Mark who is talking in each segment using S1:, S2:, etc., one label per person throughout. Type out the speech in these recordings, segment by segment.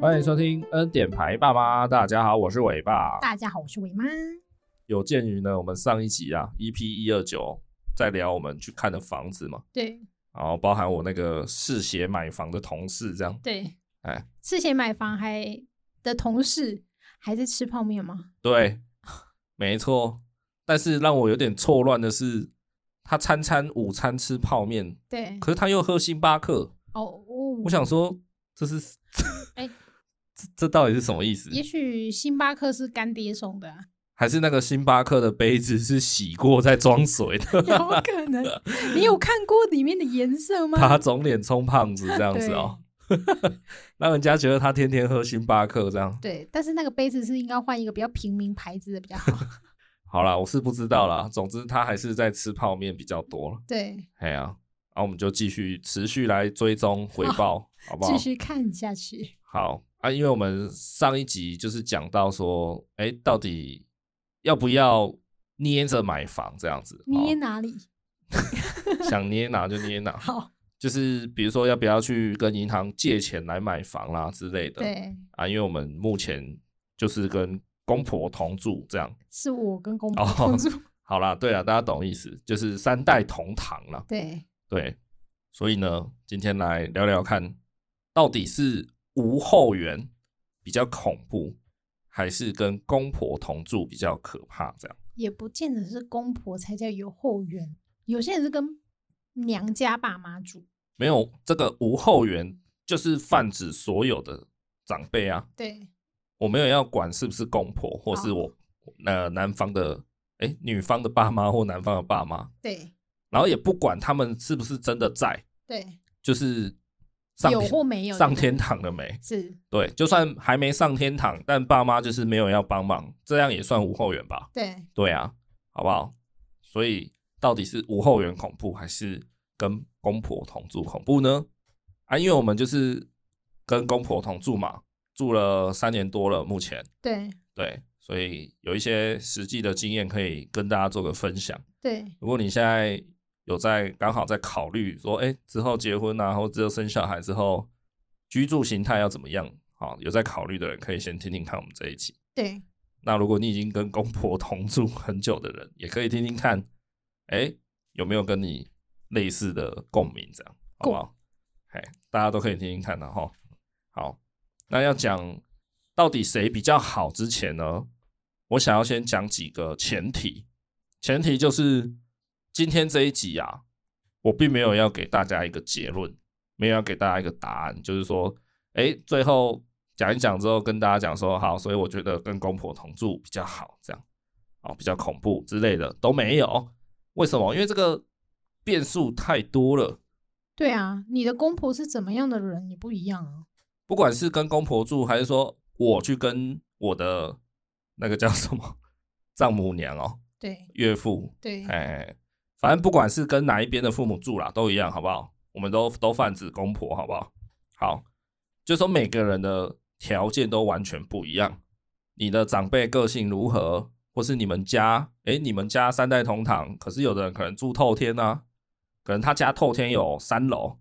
S1: 欢迎收听《恩典牌爸妈》，大家好，我是伟爸。
S2: 大家好，我是伟妈。
S1: 有鉴于呢，我们上一集啊，EP 一二九在聊我们去看的房子嘛，
S2: 对
S1: 然后包含我那个嗜血买房的同事这样，
S2: 对，
S1: 哎，
S2: 之前买房还的同事还在吃泡面吗？
S1: 对，没错。但是让我有点错乱的是，他餐餐午餐吃泡面，
S2: 对，
S1: 可是他又喝星巴克。
S2: 哦，我
S1: 我想说，这是，
S2: 哎
S1: 这这到底是什么意思？
S2: 也许星巴克是干爹送的啊、
S1: 还是那个星巴克的杯子是洗过再装水的？
S2: 有可能。你有看过里面的颜色吗？
S1: 他肿脸充胖子这样子哦， 让人家觉得他天天喝星巴克这样。
S2: 对，但是那个杯子是应该换一个比较平民牌子的比较 好。
S1: 好啦，我是不知道啦，总之他还是在吃泡面比较多了。
S2: 对，
S1: 哎呀、然后我们就继续持续来追踪回报，好不好
S2: 哦继？续看下去。
S1: 好啊，因为我们上一集就是讲到说，哎、到底要不要捏着买房这样子？
S2: 捏哪里？
S1: 哦想捏哪就捏哪，
S2: 好，
S1: 就是比如说要不要去跟银行借钱来买房啦之类的。
S2: 对，
S1: 啊，因为我们目前就是跟公婆同住这样。
S2: 是我跟公婆
S1: 哦
S2: 同住。
S1: 好啦，对啦，啊大家懂意思，就是三代同堂啦。
S2: 对，
S1: 对，所以呢，今天来聊聊看，到底是无后援比较恐怖，还是跟公婆同住比较可怕？这样
S2: 也不见得是公婆才叫有后援，有些人是跟娘家爸妈住。
S1: 没有这个无后援，就是泛指所有的长辈啊。
S2: 对，
S1: 我没有要管是不是公婆，或是我呃男方的哎、女方的爸妈或男方的爸妈，
S2: 对，
S1: 然
S2: 嗯
S1: 后也不管他们是不是真的在，
S2: 对，
S1: 就是上
S2: 有
S1: 天
S2: 或没有
S1: 上
S2: 对不对
S1: 天堂了没？
S2: 是，
S1: 对，就算还没上天堂，但爸妈就是没有要帮忙，这样也算无后援吧？
S2: 对，
S1: 对啊，好不好？所以到底是无后援恐怖，还是跟公婆同住恐怖呢？啊，因为我们就是跟公婆同住嘛，住了三年多了，目前
S2: 对，
S1: 对，所以有一些实际的经验可以跟大家做个分享。
S2: 对，
S1: 如果你现在有在刚好在考虑说，哎、之后结婚啊，或之后生小孩之后，居住形态要怎么样？好，有在考虑的人可以先听听看我们这一集。
S2: 对，
S1: 那如果你已经跟公婆 同住很久的人，也可以听听看，哎、有没有跟你类似的共鸣？这样好不好？哎，大家都可以听听看的哈。好，那要讲到底谁比较好之前呢，我想要先讲几个前提，前提就是今天这一集啊，我并没有要给大家一个结论，没有要给大家一个答案，就是说，哎，最后讲一讲之后跟大家讲说，好，所以我觉得跟公婆同住比较好，这样，哦，比较恐怖之类的都没有，为什么？因为这个变数太多了。
S2: 对啊，你的公婆是怎么样的人也不一样啊。
S1: 不管是跟公婆住，还是说我去跟我的那个叫什么丈母娘哦、
S2: 对，
S1: 岳父，
S2: 对，
S1: 哎，反正不管是跟哪一边的父母住啦，都一样，好不好？我们都都泛指公婆，好不好？好，就说每个人的条件都完全不一样，你的长辈个性如何，或是你们家，哎，你们家三代同堂，可是有的人可能住透天啊，可能他家透天有三楼，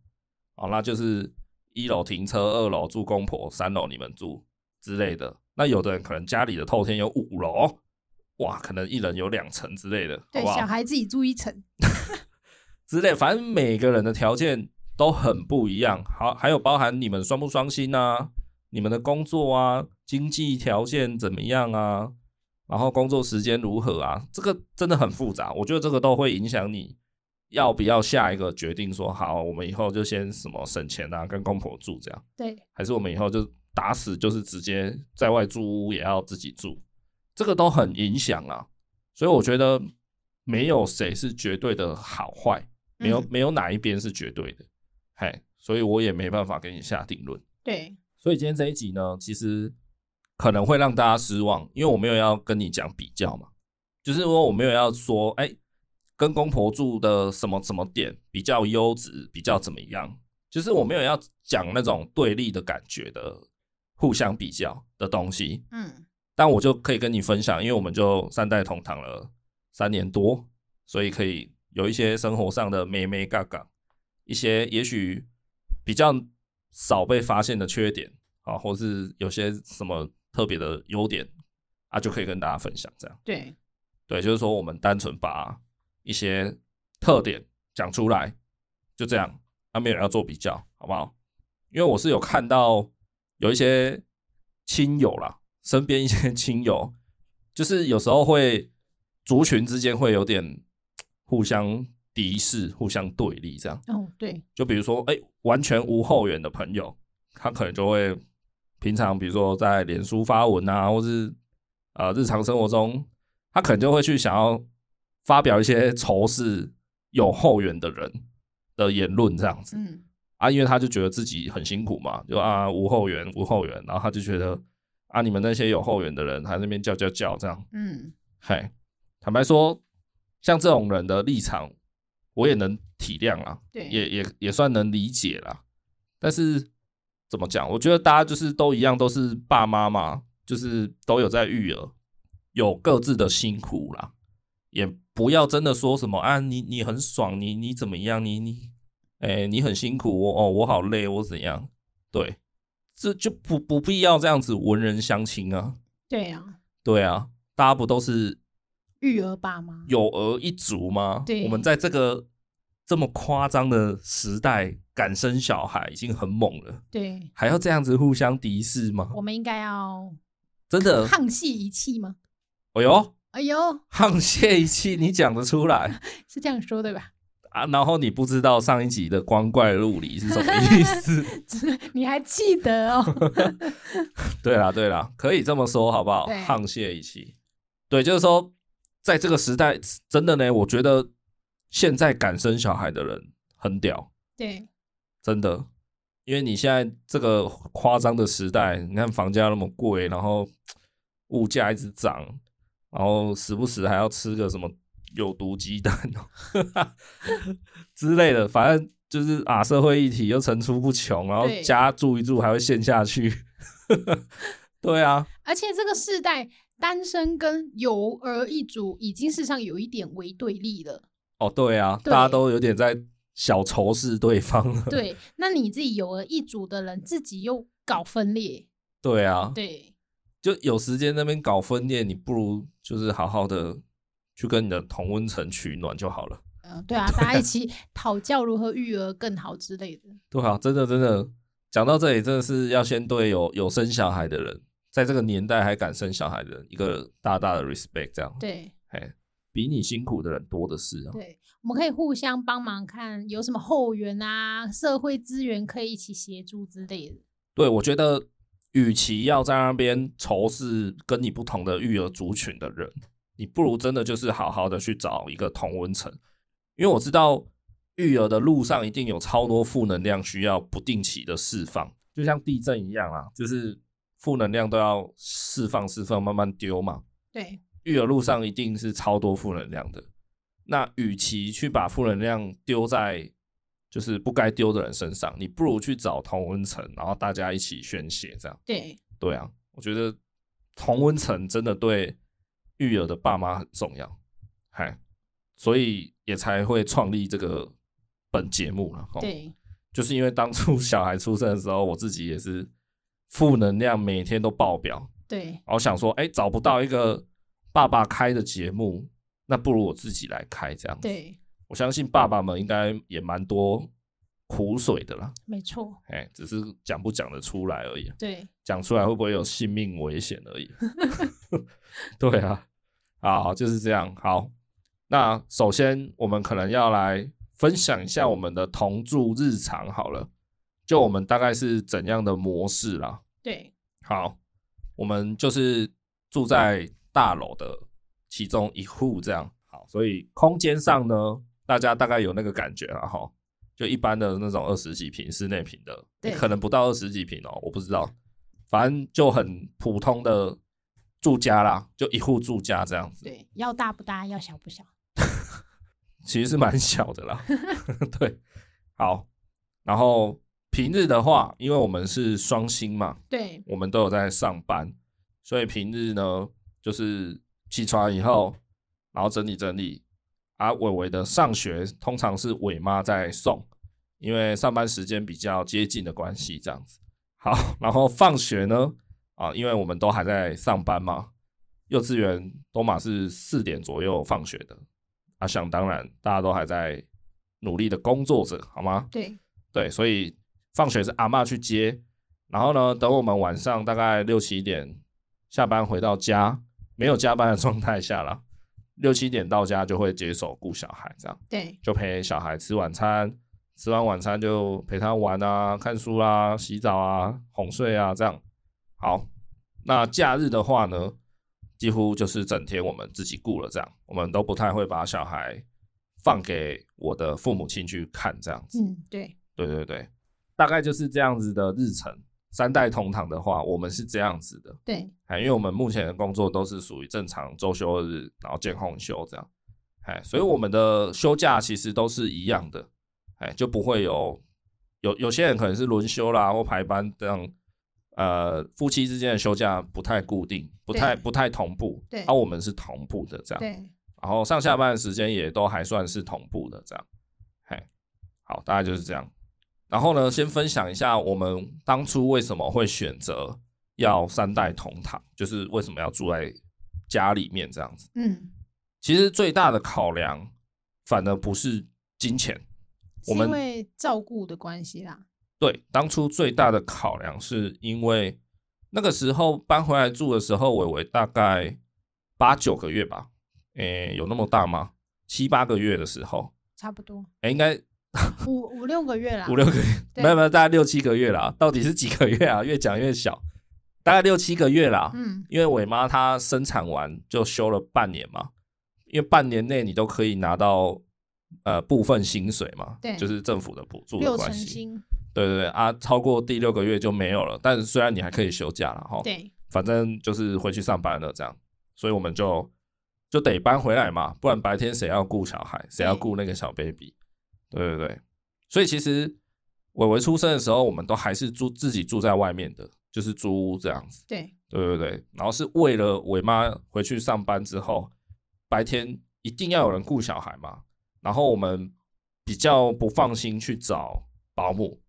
S1: 哦，那就是一楼停车，二楼住公婆，三楼你们住之类的。那有的人可能家里的透天有五楼，哇，可能一人有两层之类的，好
S2: 对，
S1: 不好？
S2: 小孩自己住一层。
S1: 之类，反正每个人的条件都很不一样。好，还有包含你们双不双薪啊，你们的工作啊，经济条件怎么样啊，然后工作时间如何啊，这个真的很复杂。我觉得这个都会影响你要不要下一个决定说好，我们以后就先什么省钱啊，跟公婆住这样，
S2: 对，
S1: 还是我们以后就打死就是直接在外租屋也要自己住，这个都很影响啊。所以我觉得没有谁是绝对的好坏，没有、
S2: 嗯
S1: 没有哪一边是绝对的，嘿，所以我也没办法给你下定论。
S2: 对，
S1: 所以今天这一集呢，其实可能会让大家失望，因为我没有要跟你讲比较嘛，就是说我没有要说，哎、跟公婆住的什么什么点比较优质，比较怎么样，就是我没有要讲那种对立的感觉的互相比较的东西，
S2: 嗯，
S1: 但我就可以跟你分享，因为我们就三代同堂了三年多，所以可以有一些生活上的咩咩嘎嘎，一些也许比较少被发现的缺点啊，或是有些什么特别的优点啊，就可以跟大家分享。这样
S2: 对，
S1: 对，就是说我们单纯把一些特点讲出来，就这样，那、没有人要做比较，好不好？因为我是有看到有一些亲友啦， 身边一些亲友，就是有时候会族群之间会有点互相敌视、互相对立这样。
S2: 哦，对，
S1: 就比如说，哎、完全无后援的朋友，他可能就会平常比如说在脸书发文啊，或是呃日常生活中，他可能就会去想要发表一些仇视有后援的人的言论这样子
S2: 嗯，
S1: 啊，因为他就觉得自己很辛苦嘛，就啊无后援无后援，然后他就觉得啊你们那些有后援的人还在那边叫叫叫这样，
S2: 嗯，
S1: 嗨，坦白说，像这种人的立场，我也能体谅啊啦。
S2: 对，
S1: 也也也算能理解啦。但是怎么讲？我觉得大家就是都一样，都是爸妈嘛，就是都有在育儿，有各自的辛苦啦。也不要真的说什么啊，你你很爽，你你怎么样，你你，哎、你很辛苦，我哦，我好累，我怎样？对，这就不不必要这样子文人相亲啊。
S2: 对啊，
S1: 对啊，大家不都是
S2: 育儿爸妈，
S1: 有额一族吗？
S2: 对
S1: 我们在这个这么夸张的时代，敢生小孩已经很猛了，
S2: 对，
S1: 还要这样子互相敌视吗？
S2: 我们应该要
S1: 真的，
S2: 沆瀣一气吗？
S1: 哎呦，
S2: 哎呦，
S1: 沆瀣一气，你讲得出来
S2: 是这样说对吧？
S1: 啊？然后你不知道上一集的光怪陆离是什么意 思？
S2: 你还记得哦？
S1: 对啦，对啦，可以这么说好不好？
S2: 对
S1: 沆瀣一气，对，就是说，在这个时代，真的呢，我觉得现在敢生小孩的人很屌。
S2: 对，
S1: 真的，因为你现在这个夸张的时代，你看房价那么贵，然后物价一直涨，然后时不时还要吃个什么有毒鸡蛋哦 之类的，反正就是啊，社会议题又层出不穷，然后
S2: 对
S1: 家住一住还会陷下去。 对啊，
S2: 而且这个世代单身跟有儿一族已经事实上有一点为对立了。
S1: 哦对啊，
S2: 对
S1: 大家都有点在小仇视对方了。
S2: 对，那你自己有儿一族的人，自己又搞分裂，
S1: 对啊，
S2: 对
S1: 就有时间那边搞分裂，你不如就是好好的去跟你的同温层取暖就好了。
S2: 呃，对嗯啊，大家一起 讨教如何育儿更好之类的。
S1: 对啊，真的真的，讲到这里，真的是要先对有有生小孩的人，在这个年代还敢生小孩的人，一个大大的 respect，这样，
S2: 对
S1: 哎，比你辛苦的人多的是啊。
S2: 对，我们可以互相帮忙，看有什么后援啊、社会资源可以一起协助之类的。
S1: 对，我觉得，与其要在那边仇视跟你不同的育儿族群的人，你不如真的就是好好的去找一个同温层，因为我知道育儿的路上一定有超多负能量需要不定期的释放，就像地震一样啊，就是负能量都要释放释放，慢慢丢嘛。
S2: 对
S1: 育儿路上一定是超多负能量的。那与其去把负能量丢在就是不该丢的人身上，你不如去找同温层，然后大家一起宣泄，这样
S2: 对
S1: 对啊。我觉得同温层真的对育儿的爸妈很重要，嗨，所以也才会创立这个本节目了。哦，
S2: 对
S1: 就是因为当初小孩出生的时候，我自己也是负能量每天都爆表，
S2: 对
S1: 然后想说，哎、找不到一个爸爸开的节目，那不如我自己来开这样。，
S2: 对，
S1: 我相信爸爸们应该也蛮多苦水的啦，
S2: 没错，
S1: 哎、只是讲不讲得出来而已，
S2: 对
S1: 讲出来会不会有性命危险而已。 对啊，啊，就是这样。好，那首先我们可能要来分享一下我们的同住日常好了，就我们大概是怎样的模式啦。
S2: 对
S1: 好，我们就是住在大楼的其中一户这样。好，所以空间上呢，大家大概有那个感觉了哈。就一般的那种二十几平室内平的，
S2: 对
S1: 可能不到二十几平哦，我不知道，反正就很普通的住家啦，就一户住家这样子，
S2: 对，要大不大，要小不小。
S1: 其实是蛮小的 啦。对，好，然后平日的话，因为我们是双薪嘛，
S2: 对，
S1: 我们都有在上班，所以平日呢，就是起床以后，然后整理整理。啊，伟伟的上学通常是伟妈在送，因为上班时间比较接近的关系，这样子。好， 然后放学呢，啊，因为我们都还在上班嘛，幼稚园都马是四点左右放学的。啊，想当然，大家都还在努力的工作着，好吗？
S2: 对，
S1: 对，所以放学是阿嬷去接，然后呢，等我们晚上大概六七点下班回到家，没有加班的状态下啦，六七点到家就会接手顾小孩，这样
S2: 对，
S1: 就陪小孩吃晚餐，吃完晚餐就陪他玩啊、看书啊、洗澡啊、哄睡啊，这样。好，那假日的话呢，几乎就是整天我们自己顾了，这样我们都不太会把小孩放给我的父母亲去看这样子。
S2: 嗯，对，
S1: 对对对，大概就是这样子的日程。三代同堂的话，我们是这样子的，
S2: 对，
S1: 哎，因为我们目前的工作都是属于正常周休二日，然后见空休这样，哎，所以我们的休假其实都是一样的，哎，就不会有有有些人可能是轮休啦或排班这样，呃，夫妻之间的休假不太固定，不太
S2: 对
S1: 不太同步，
S2: 对
S1: 而、我们是同步的这样，
S2: 对，
S1: 然后上下班的时间也都还算是同步的，这样，嘿，好，大概就是这样。然后呢，先分享一下我们当初为什么会选择要三代同堂，就是为什么要住在家里面这样子。
S2: 嗯，
S1: 其实最大的考量，反而不是金钱，
S2: 是
S1: 我们
S2: 因为照顾的关系啦。
S1: 对，当初最大的考量是因为那个时候搬回来住的时候，伟伟大概八九个月吧，诶，有那么大吗？七八个月的时候，
S2: 差不多
S1: 哎，应该
S2: 五五六个月啦，
S1: 五六个月，
S2: 对
S1: 没有没有，大概六七个月啦。到底是几个月啊？越讲越小，大概六七个月啦。
S2: 嗯，
S1: 因为伟妈她生产完就休了半年嘛，因为半年内你都可以拿到呃部分薪水嘛，
S2: 对
S1: 就是政府的补助的
S2: 六
S1: 关
S2: 成
S1: 系。
S2: 新，
S1: 对对对啊，超过第六个月就没有了。但是虽然你还可以休假了哈，
S2: 对
S1: 反正就是回去上班了这样，所以我们就就得搬回来嘛，不然白天谁要顾小孩，谁要顾那个小 baby？对对对，所以其实伟伟出生的时候，我们都还是住自己住在外面的，就是租屋这样子。
S2: 对
S1: 对对对，然后是为了伟妈回去上班之后，白天一定要有人顾小孩嘛，然后我们比较不放心去找保姆，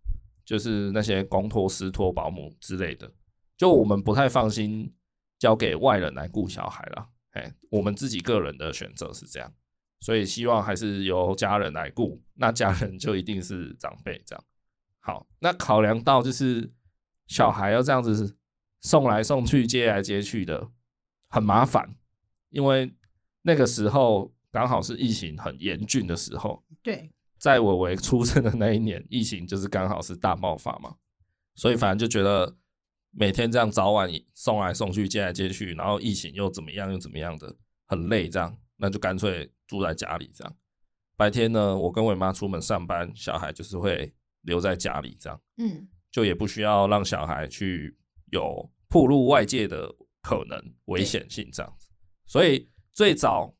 S1: 就是那些公托、私托保姆之类的，就我们不太放心交给外人来顾小孩啦。哎，我们自己个人的选择是这样，所以希望还是由家人来顾，那家人就一定是长辈这样。好，那考量到就是小孩要这样子送来送去、接来接去的，很麻烦，因为那个时候刚好是疫情很严峻的时候，
S2: 对
S1: 在伟伟出生的那一年，疫情就是刚好是大爆发嘛，所以反正就觉得每天这样早晚送来送去、接来接去，然后疫情又怎么样又怎么样的，很累这样，那就干脆住在家里这样。白天呢，我跟伟妈出门上班，小孩就是会留在家里这样。
S2: 嗯，
S1: 就也不需要让小孩去有暴露外界的可能危险性这样子。所以最早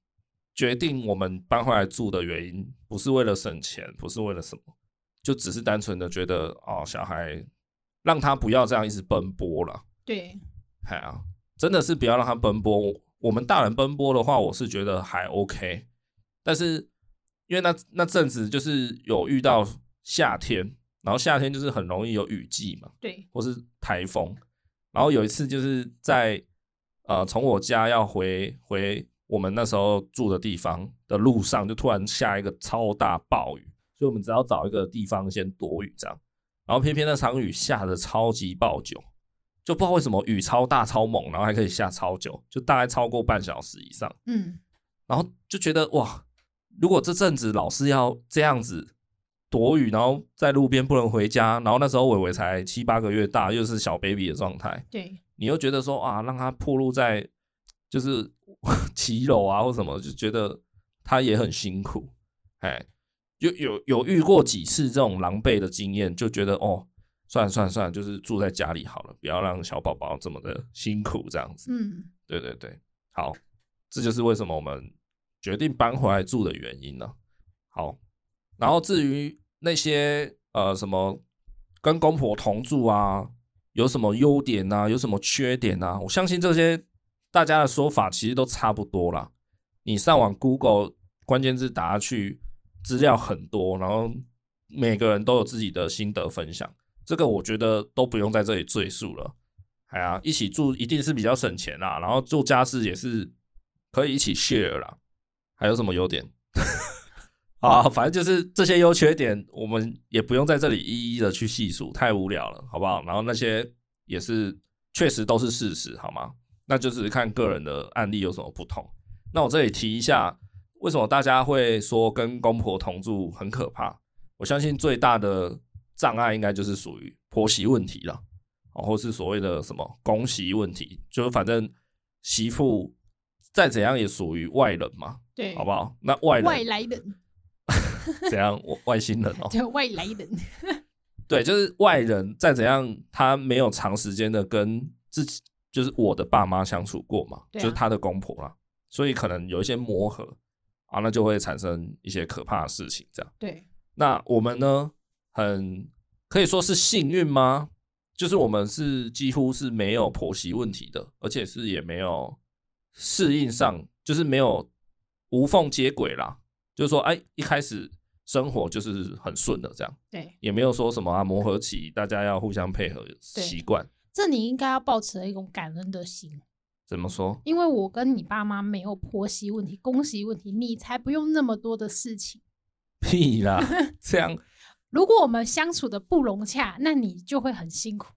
S1: 决定我们搬回来住的原因，不是为了省钱，不是为了什么，就只是单纯的觉得哦，小孩让他不要这样一直奔波了，
S2: 对
S1: 哎呀、真的是不要让他奔波。我们大人奔波的话，我是觉得还 OK，但是因为那那阵子就是有遇到夏天，然后夏天就是很容易有雨季嘛，
S2: 对
S1: 或是台风。然后有一次就是在呃从我家要回回我们那时候住的地方的路上，就突然下一个超大暴雨，所以我们只好找一个地方先躲雨这样。然后偏偏那场雨下的超级爆久，就不知道为什么雨超大超猛，然后还可以下超久，就大概超过半小时以上。
S2: 嗯，
S1: 然后就觉得哇，如果这阵子老是要这样子躲雨，然后在路边不能回家，然后那时候伟伟才七八个月大，又是小 baby 的状态，
S2: 对
S1: 你又觉得 说啊，让他暴露在就是骑楼啊或什么，就觉得他也很辛苦，哎，有有有遇过几次这种狼狈的经验，就觉得哦，算了算了算了，就是住在家里好了，不要让小宝宝这么的辛苦这样子。
S2: 嗯，
S1: 对对对，好，这就是为什么我们决定搬回来住的原因呢、好，然后至于那些呃什么跟公婆同住啊，有什么优点啊，有什么缺点啊，我相信这些大家的说法其实都差不多啦。你上网 Google 关键字打下去，资料很多，然后每个人都有自己的心得分享，这个我觉得都不用在这里赘述了。哎呀，一起住一定是比较省钱啦，然后做家事也是可以一起 share 啦。还有什么优点？ 啊，反正就是这些优缺点，我们也不用在这里一一的去细数，太无聊了，好不好？然后那些也是确实都是事实，好吗？那就只是看个人的案例有什么不同。那我这里提一下，为什么大家会说跟公婆同住很可怕？我相信最大的障碍应该就是属于婆媳问题了。哦，或是所谓的什么公媳问题，就是反正媳妇再怎样也属于外人嘛，
S2: 对，
S1: 好不好？那外人
S2: 外来人，
S1: 怎样？外外星人哦，
S2: 对，外来人，
S1: 对，就是外人再怎样，他没有长时间的跟自己，就是我的爸妈相处过嘛，
S2: 对啊
S1: 就是他的公婆啦，所以可能有一些磨合啊，那就会产生一些可怕的事情，这样。
S2: 对，
S1: 那我们呢，很可以说是幸运吗？就是我们是几乎是没有婆媳问题的，而且是也没有适应上，就是没有无缝接轨啦。就是说，哎，一开始生活就是很顺的，这样
S2: 对，
S1: 也没有说什么啊磨合期，大家要互相配合习惯。
S2: 这你应该要抱持一种感恩的心，
S1: 怎么 说？
S2: 因为我跟你爸妈没有婆媳问题、公媳问题，你才不用那么多的事情。
S1: 屁啦，这样
S2: 如果我们相处的不融洽，那你就会很辛苦，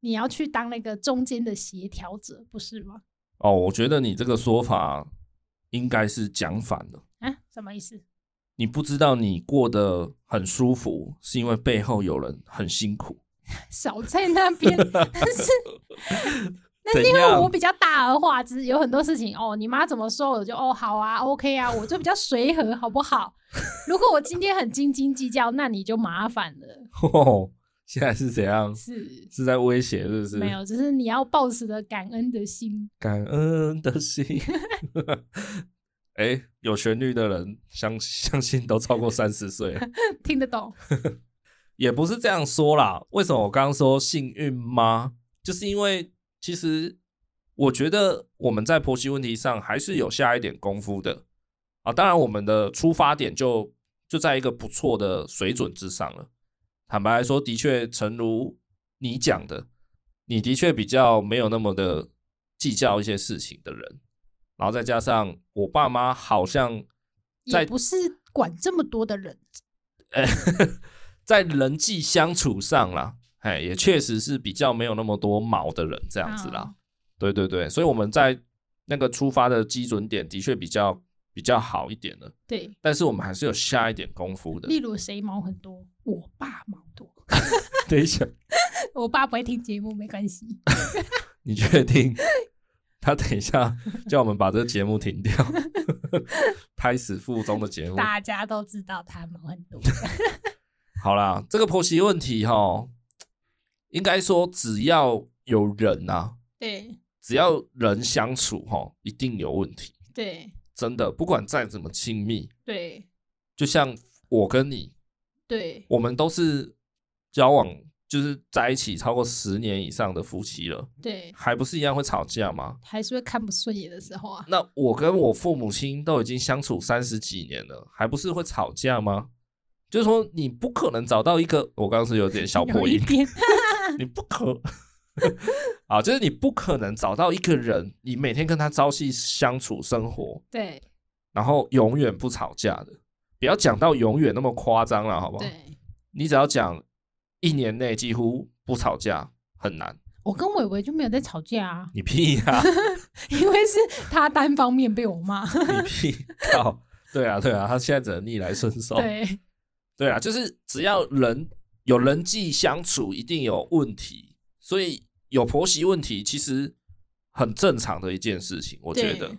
S2: 你要去当那个中间的协调者，不是吗？
S1: 哦，我觉得你这个说法应该是讲反了。
S2: 啊，什么意思？
S1: 你不知道你过得很舒服，是因为背后有人很辛苦。
S2: 少在那边，但是
S1: 怎
S2: 因为我
S1: 样？
S2: 比较大而化之，有很多事情哦，你妈怎么说我就哦好啊，OK 啊，我就比较随和，好不好？ 如果我今天很斤斤计较，那你就麻烦了。
S1: 哦，现在是怎样？
S2: 是，
S1: 是在威胁，是不是？
S2: 没有，只是你要抱持着感恩的心。
S1: 感恩的心。 哎、有旋律的人相相信都超过三十岁了，
S2: 听得懂？
S1: 也不是这样说啦。为什么我刚刚说幸运吗？就是因为其实我觉得我们在婆媳问题上还是有下一点功夫的啊。当然，我们的出发点就就在一个不错的水准之上了。坦白来说，的确，诚如你讲的，你的确比较没有那么的计较一些事情的人，然后再加上我爸妈好像在
S2: 也不是管这么多的人，
S1: 在人际相处上啦，哎，也确实是比较没有那么多毛的人这样子啦。
S2: 嗯
S1: 对对对，所以我们在那个出发的基准点的确比较比较好一点了，
S2: 对。
S1: 但是我们还是有下一点功夫的
S2: 例。如谁毛很多，我爸毛多，
S1: 等一下，
S2: 我爸不会听节目，没关系。
S1: 你确定？他等一下叫我们把这个节目停掉，胎死腹中的节目。
S2: 大家都知道他毛很 多，
S1: 好啦，这个婆媳问题哈，应该说只要有人啊，
S2: 对
S1: 只要人相处哈，一定有问题。
S2: 对
S1: 真
S2: 嗯
S1: 的，不管再怎么亲密，
S2: 对
S1: 就像我跟你，
S2: 对
S1: 我们都是交往，就是在一起超过十年以上的夫妻了，
S2: 对，
S1: 还不是一样会吵架吗？
S2: 还是会看不顺眼的时候啊。
S1: 那我跟我父母亲都已经相处三十几年了，还不是会吵架吗？就是说，你不可能找到一个，我刚刚是有点小破
S2: 有一
S1: 音，
S2: 点，
S1: 你不可 啊，就是你不可能找到一个人，你每天跟他朝夕相处生活，
S2: 对
S1: 然后永远不吵架的，不要讲到永远那么夸张了，好不好？
S2: 对，
S1: 你只要讲一年内几乎不吵架很难，
S2: 我跟伟伟就没有在吵架啊，
S1: 你屁 呀、
S2: 因为是他单方面被我骂。
S1: 你屁靠！对啊，对啊，他现在只能逆来顺受。
S2: 对
S1: 对啊，就是只要人有人际相处，一定有问题，所以有婆媳问题其实很正常的一件事情，我觉
S2: 对
S1: 得。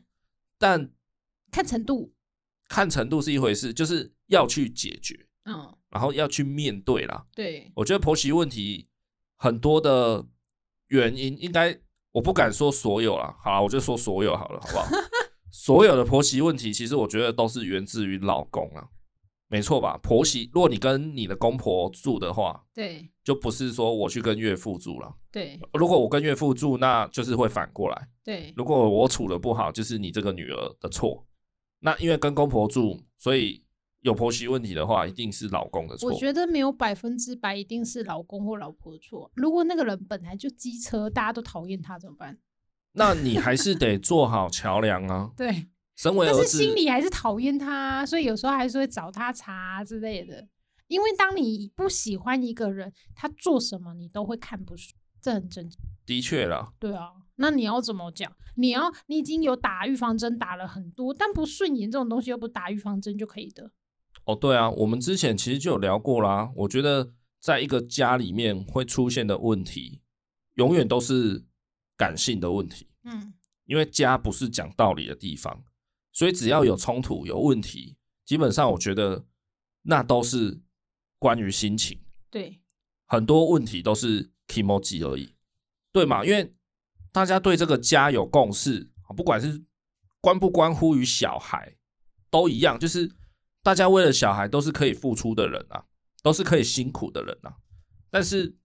S1: 但
S2: 看程度，
S1: 看程度是一回事，就是要去解决，
S2: 嗯，
S1: 然后要去面对啦。
S2: 对，
S1: 我觉得婆媳问题很多的原因，应该我不敢说所有啦，好啦，我就说所有好了，好不好？所有的婆媳问题，其实我觉得都是源自于老公啊，没错吧？婆媳，如果你跟你的公婆住的话，
S2: 对，
S1: 就不是说我去跟岳父住了。
S2: 对，
S1: 如果我跟岳父住，那就是会反过来。
S2: 对，
S1: 如果我处的不好，就是你这个女儿的错。那因为跟公婆住，所以有婆媳问题的话，一定是老公的错
S2: 我。觉得没有百分之百一定是老公或老婆的错。如果那个人本来就机车，大家都讨厌他怎么办？
S1: 那你还是得做好桥梁啊。
S2: 对，
S1: 身为
S2: 但
S1: 儿
S2: 是
S1: 子
S2: 心，里还是讨厌他啊，所以有时候还是会找他茬啊之类的。因为当你不喜欢一个人，他做什么你都会看不顺，这很正常。
S1: 的确啦，
S2: 对啊，那你要怎么讲？你要你已经有打预防针打了很多，但不顺眼这种东西又不打预防针就可以的。
S1: 哦，对啊，我们之前其实就有聊过啦。我觉得在一个家里面会出现的问题，永远都是感性的问题，
S2: 嗯，
S1: 因为家不是讲道理的地方，所以只要有冲突、有问题，基本上我觉得那都是关于心情，
S2: 对，
S1: 很多问题都是 emoji 而已，对嘛？因为大家对这个家有共识，不管是关不关乎于小孩，都一样，就是大家为了小孩都是可以付出的人啊，都是可以辛苦的人啊。但是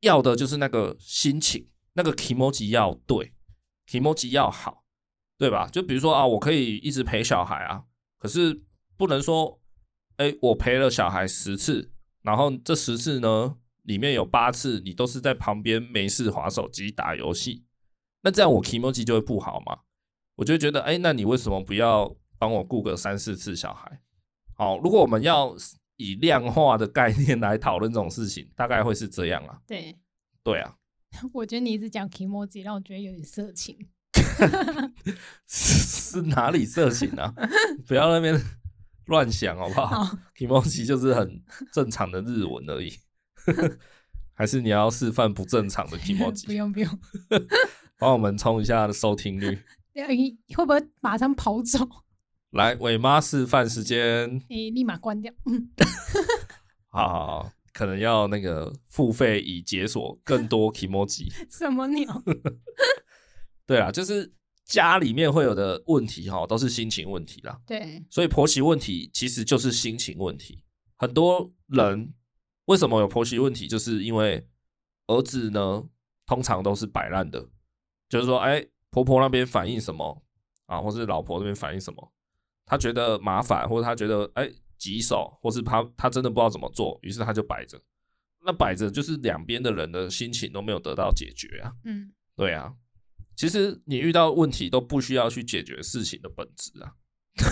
S1: 要的就是那个心情，那个 emoji 要对，emoji 要好，对吧？就比如说啊，我可以一直陪小孩啊，可是不能说，哎，我陪了小孩十次，然后这十次呢，里面有八次你都是在旁边没事划手机打游戏，那这样我 emoji 就会不好嘛？我就会觉得，哎，那你为什么不要帮我雇个三四次小孩？好，如果我们要以量化的概念来讨论这种事情，大概会是这样啊。
S2: 对，
S1: 对啊，
S2: 我觉得你一直讲 emoji 让我觉得有点色情。
S1: 是哪里色情啊？ 不要那边乱想好不好
S2: 好，
S1: ？emoji 就是很正常的日文而已，还是你要示范不正常的
S2: 不
S1: emoji，
S2: 用不用，
S1: 帮我们冲一下收听率。
S2: 啊你会不会马上跑走？
S1: 来，伟妈示范时间，
S2: 你立马关掉。
S1: 好好好，可能要那个付费以解锁更多 emoji。
S2: 什么鸟？
S1: 对啊，就是家里面会有的问题哈，都是心情问题啦。
S2: 对
S1: 所以婆媳问题其实就是心情问题。很多人为什么有婆媳问题，就是因为儿子呢通常都是摆烂的，就是说，哎，婆婆那边反映什么啊，或是老婆那边反映什么，他觉得麻烦，或者他觉得哎棘手，或是他他真的不知道怎么做，于是他就摆着。那摆着就是两边的人的心情都没有得到解决啊。
S2: 嗯，
S1: 对啊，其实你遇到问题都不需要去解决事情的本质啊。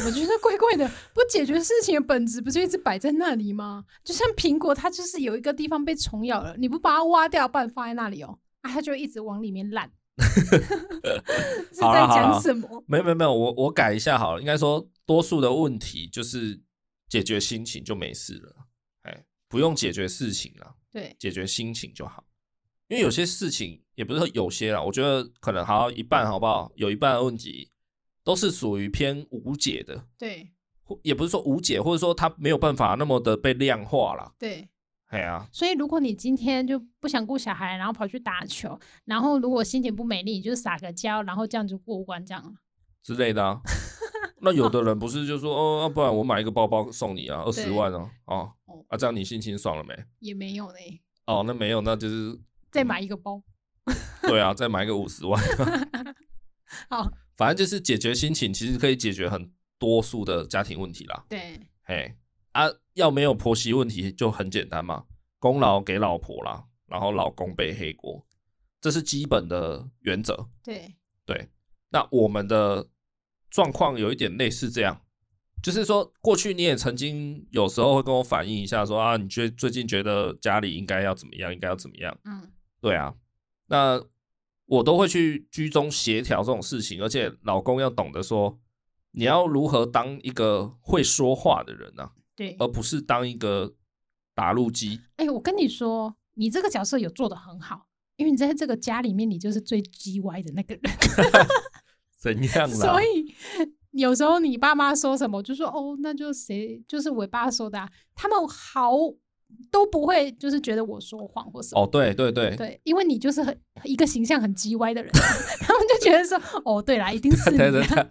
S2: 我觉得怪怪的。不解决事情的本质不就一直摆在那里吗？就像苹果，它就是有一个地方被虫咬了，你不把它挖掉，把它放在那里哦，啊，它就一直往里面 烂。是
S1: 好
S2: 在
S1: 啦好
S2: 讲
S1: 啦
S2: 什么？
S1: 没有没有没有，我我改一下好了。应该说，多数的问题就是解决心情就没事了，哎，不用解决事情了，
S2: 对
S1: 解决心情就好。因为有些事情也不是说有些啦，我觉得可能好一半好不好？有一半的问题都是属于偏无解的，
S2: 对
S1: 或也不是说无解，或者说它没有办法那么的被量化啦。
S2: 对，
S1: 哎呀、
S2: 所以如果你今天就不想顾小孩，然后跑去打球，然后如果心情不美丽，你就撒个娇，然后这样就过关这样了。
S1: 之类的啊。那有的人不是就说哦，要不然我买一个包包送你啊，二十万啊，哦
S2: 哦，
S1: 啊，这样你心情爽了没？
S2: 也没有嘞，
S1: 哦，那没有，那就是
S2: 再买一个包。
S1: 对啊，再买个五十万。
S2: 好，
S1: 反正就是解决心情，其实可以解决很多数的家庭问题啦。
S2: 对
S1: 嘿，啊，要没有婆媳问题就很简单嘛，功劳给老婆啦，然后老公背黑锅，这是基本的原则。
S2: 对
S1: 对，那我们的状况有一点类似这样，就是说过去你也曾经有时候会跟我反映一下说啊，你觉最近觉得家里应该要怎么样，应该要怎么样。
S2: 嗯
S1: 对啊，那我都会去居中协调这种事情，而且老公要懂得说，你要如何当一个会说话的人啊，
S2: 对。
S1: 而不是当一个打路机。
S2: 哎、我跟你说，你这个角色有做的很好，因为你在这个家里面，你就是最 G Y 的那个人，
S1: 怎样啦？
S2: 所以有时候你爸妈说什么，我就说哦，那就谁就是我爸说的、啊，他们毫都不会就是觉得我说谎或什么。
S1: 哦，对对对，
S2: 对，因为你就是很一个形象很叽歪的人， 他们就觉得说哦，对啦，一定是你、
S1: 对对
S2: 啊。
S1: 对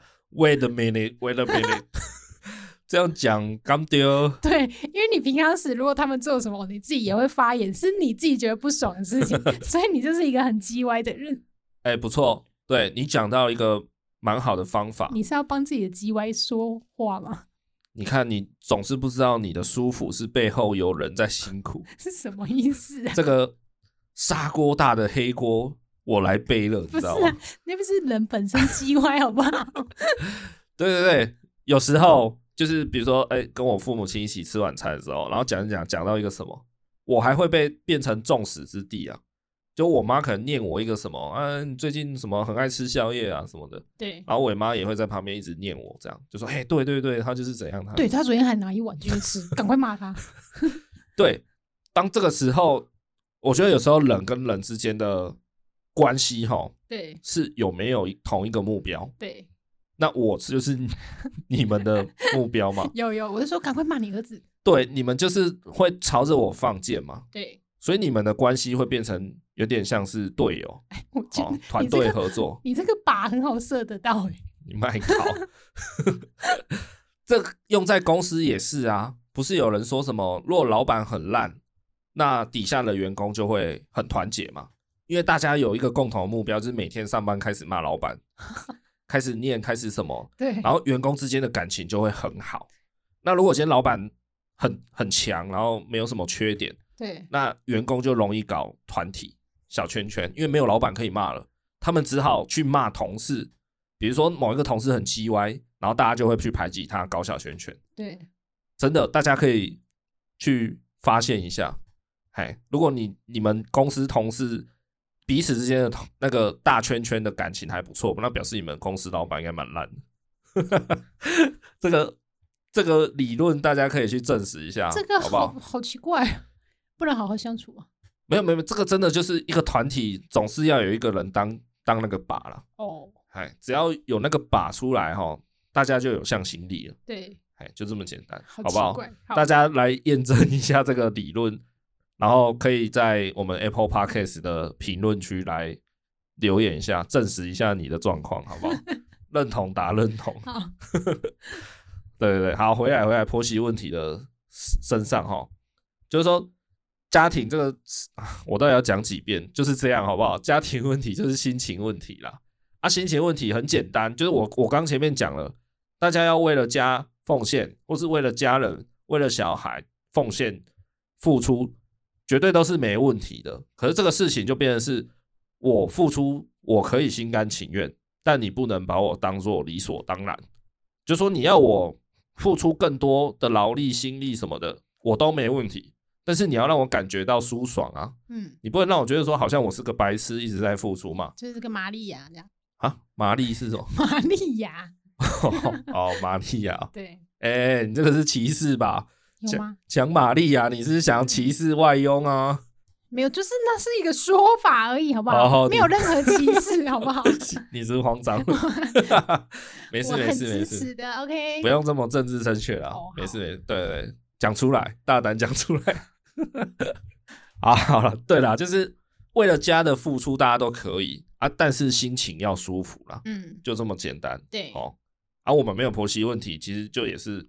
S1: ，Wait a minute，Wait a minute，这样讲刚丢。
S2: 对，因为你平常时如果他们做什么，你自己也会发言，是你自己觉得不爽的事 情，所以你就是一个很叽歪的人。
S1: 哎、不错，对你讲到一个蛮好的方法。
S2: 你是要帮自己的叽歪说话吗？
S1: 你看，你总是不知道你的舒服是背后有人在辛苦。
S2: 是什么意思啊？
S1: 这个砂锅大的黑锅，我来背了，你
S2: 不
S1: 知
S2: 是
S1: 道
S2: 啊
S1: 吗？，
S2: 那不是人本身叽歪好不好？
S1: 对对对，有时
S2: 嗯
S1: 候就是比如说，哎、跟我父母亲一起吃晚餐的时候，然后讲一讲讲到一个什么，我还会被变成众矢之的啊。就我妈可能念我一个什么，啊，你最近什么很爱吃宵夜啊什么的，
S2: 对，
S1: 然后我妈也会在旁边一直念我，这样就说，嘿，哎对对对，她就是怎样，她
S2: 对他昨天还拿一碗进去 吃，赶快骂他。
S1: 对，当这个时候，我觉得有时候人跟人之间的关系哈，
S2: 对
S1: 是有没有同一个目标？
S2: 对，
S1: 那我就是 你们的目标嘛？
S2: 有有，我就说赶快骂你儿子。
S1: 对，你们就是会朝着我放箭嘛，
S2: 对，
S1: 所以你们的关系会变成有点像是队友，
S2: 我觉
S1: 哦
S2: 得，
S1: 团
S2: 你这
S1: 队
S2: 个
S1: 合 作，
S2: 你这个靶很好射得到哎。
S1: 你卖搞。这个用在公司也是啊，不是有人说什么，若老板很烂，那底下的员工就会很团结嘛，因为大家有一个共同的目标，就是每天上班开始骂老板，开始念，开始什么，
S2: 对
S1: 然后员工之间的感情就会很好。那如果今天老板很很强，然后没有什么缺点，
S2: 对
S1: 那员工就容易搞团体小圈圈，因为没有老板可以骂了，他们只好去骂同事。比如说某一个同事很叽歪，然后大家就会去排挤他，搞小圈圈。
S2: 对
S1: 真的，大家可以去发现一下。哎，如果你你们公司同事彼此之间的同那个大圈圈的感情还不错，那表示你们公司老板应该蛮烂的。 这个这个理论大家可以去证实一下，
S2: 这个
S1: 好不
S2: 好
S1: 好？
S2: 好奇怪啊，不能好好相处啊。
S1: 没有没有，没有这个真的就是一个团体，总是要有一个人当当那个靶了。
S2: 哦，
S1: 哎，只要有那个靶出来哈，大家就有向心力了。
S2: 对，
S1: 哎，就这么简单，好
S2: 好
S1: 不
S2: 奇
S1: 好？
S2: 怪。
S1: 大家来验证一下这个理论，然后可以在我们 Apple Podcast 的评论区来留言一下，证实一下你的状况，好不好？认同打认同，
S2: 好好
S1: 对对对，好，回来回来，婆媳问题的身上哈，就是说家庭这个，啊我到底要讲几遍？就是这样，好不好？家庭问题就是心情问题啦。啊，心情问题很简单，就是我我刚前面讲了，大家要为了家奉献，或是为了家人、为了小孩奉献、付出，绝对都是没问题的。可是这个事情就变成是我付出，我可以心甘情愿，但你不能把我当做理所当然。就说你要我付出更多的劳力、心力什么的，我都没问题。但是你要让我感觉到舒爽啊！
S2: 嗯，
S1: 你不能让我觉得说好像我是个白痴，一直在付出嘛。
S2: 就是这个玛利亚这 样，
S1: 啊，玛丽是什么？
S2: 玛利亚，
S1: 哦，玛丽亚，
S2: 对，
S1: 哎、你这个是歧视吧？
S2: 有吗？
S1: 讲玛丽亚，你是想歧视外佣 啊？
S2: 没有，就是那是一个说法而已，好不
S1: 哦
S2: 好？
S1: 你
S2: 没有任何歧 视，好不好？
S1: 你是不是慌张了？ 没事
S2: 我
S1: 没
S2: 很
S1: 事没
S2: 支
S1: 事，
S2: 持的，OK
S1: 不。用这么政治正确啦。
S2: 哦好
S1: 没事没事，对对对，讲出来，大胆讲出 来。啊，好了，对啦，就是为了家的付出，大家都可以啊，但是心情要舒服啦，
S2: 嗯，
S1: 就这么简单。
S2: 对，
S1: 哦，啊，我们没有婆媳问题，其实就也是，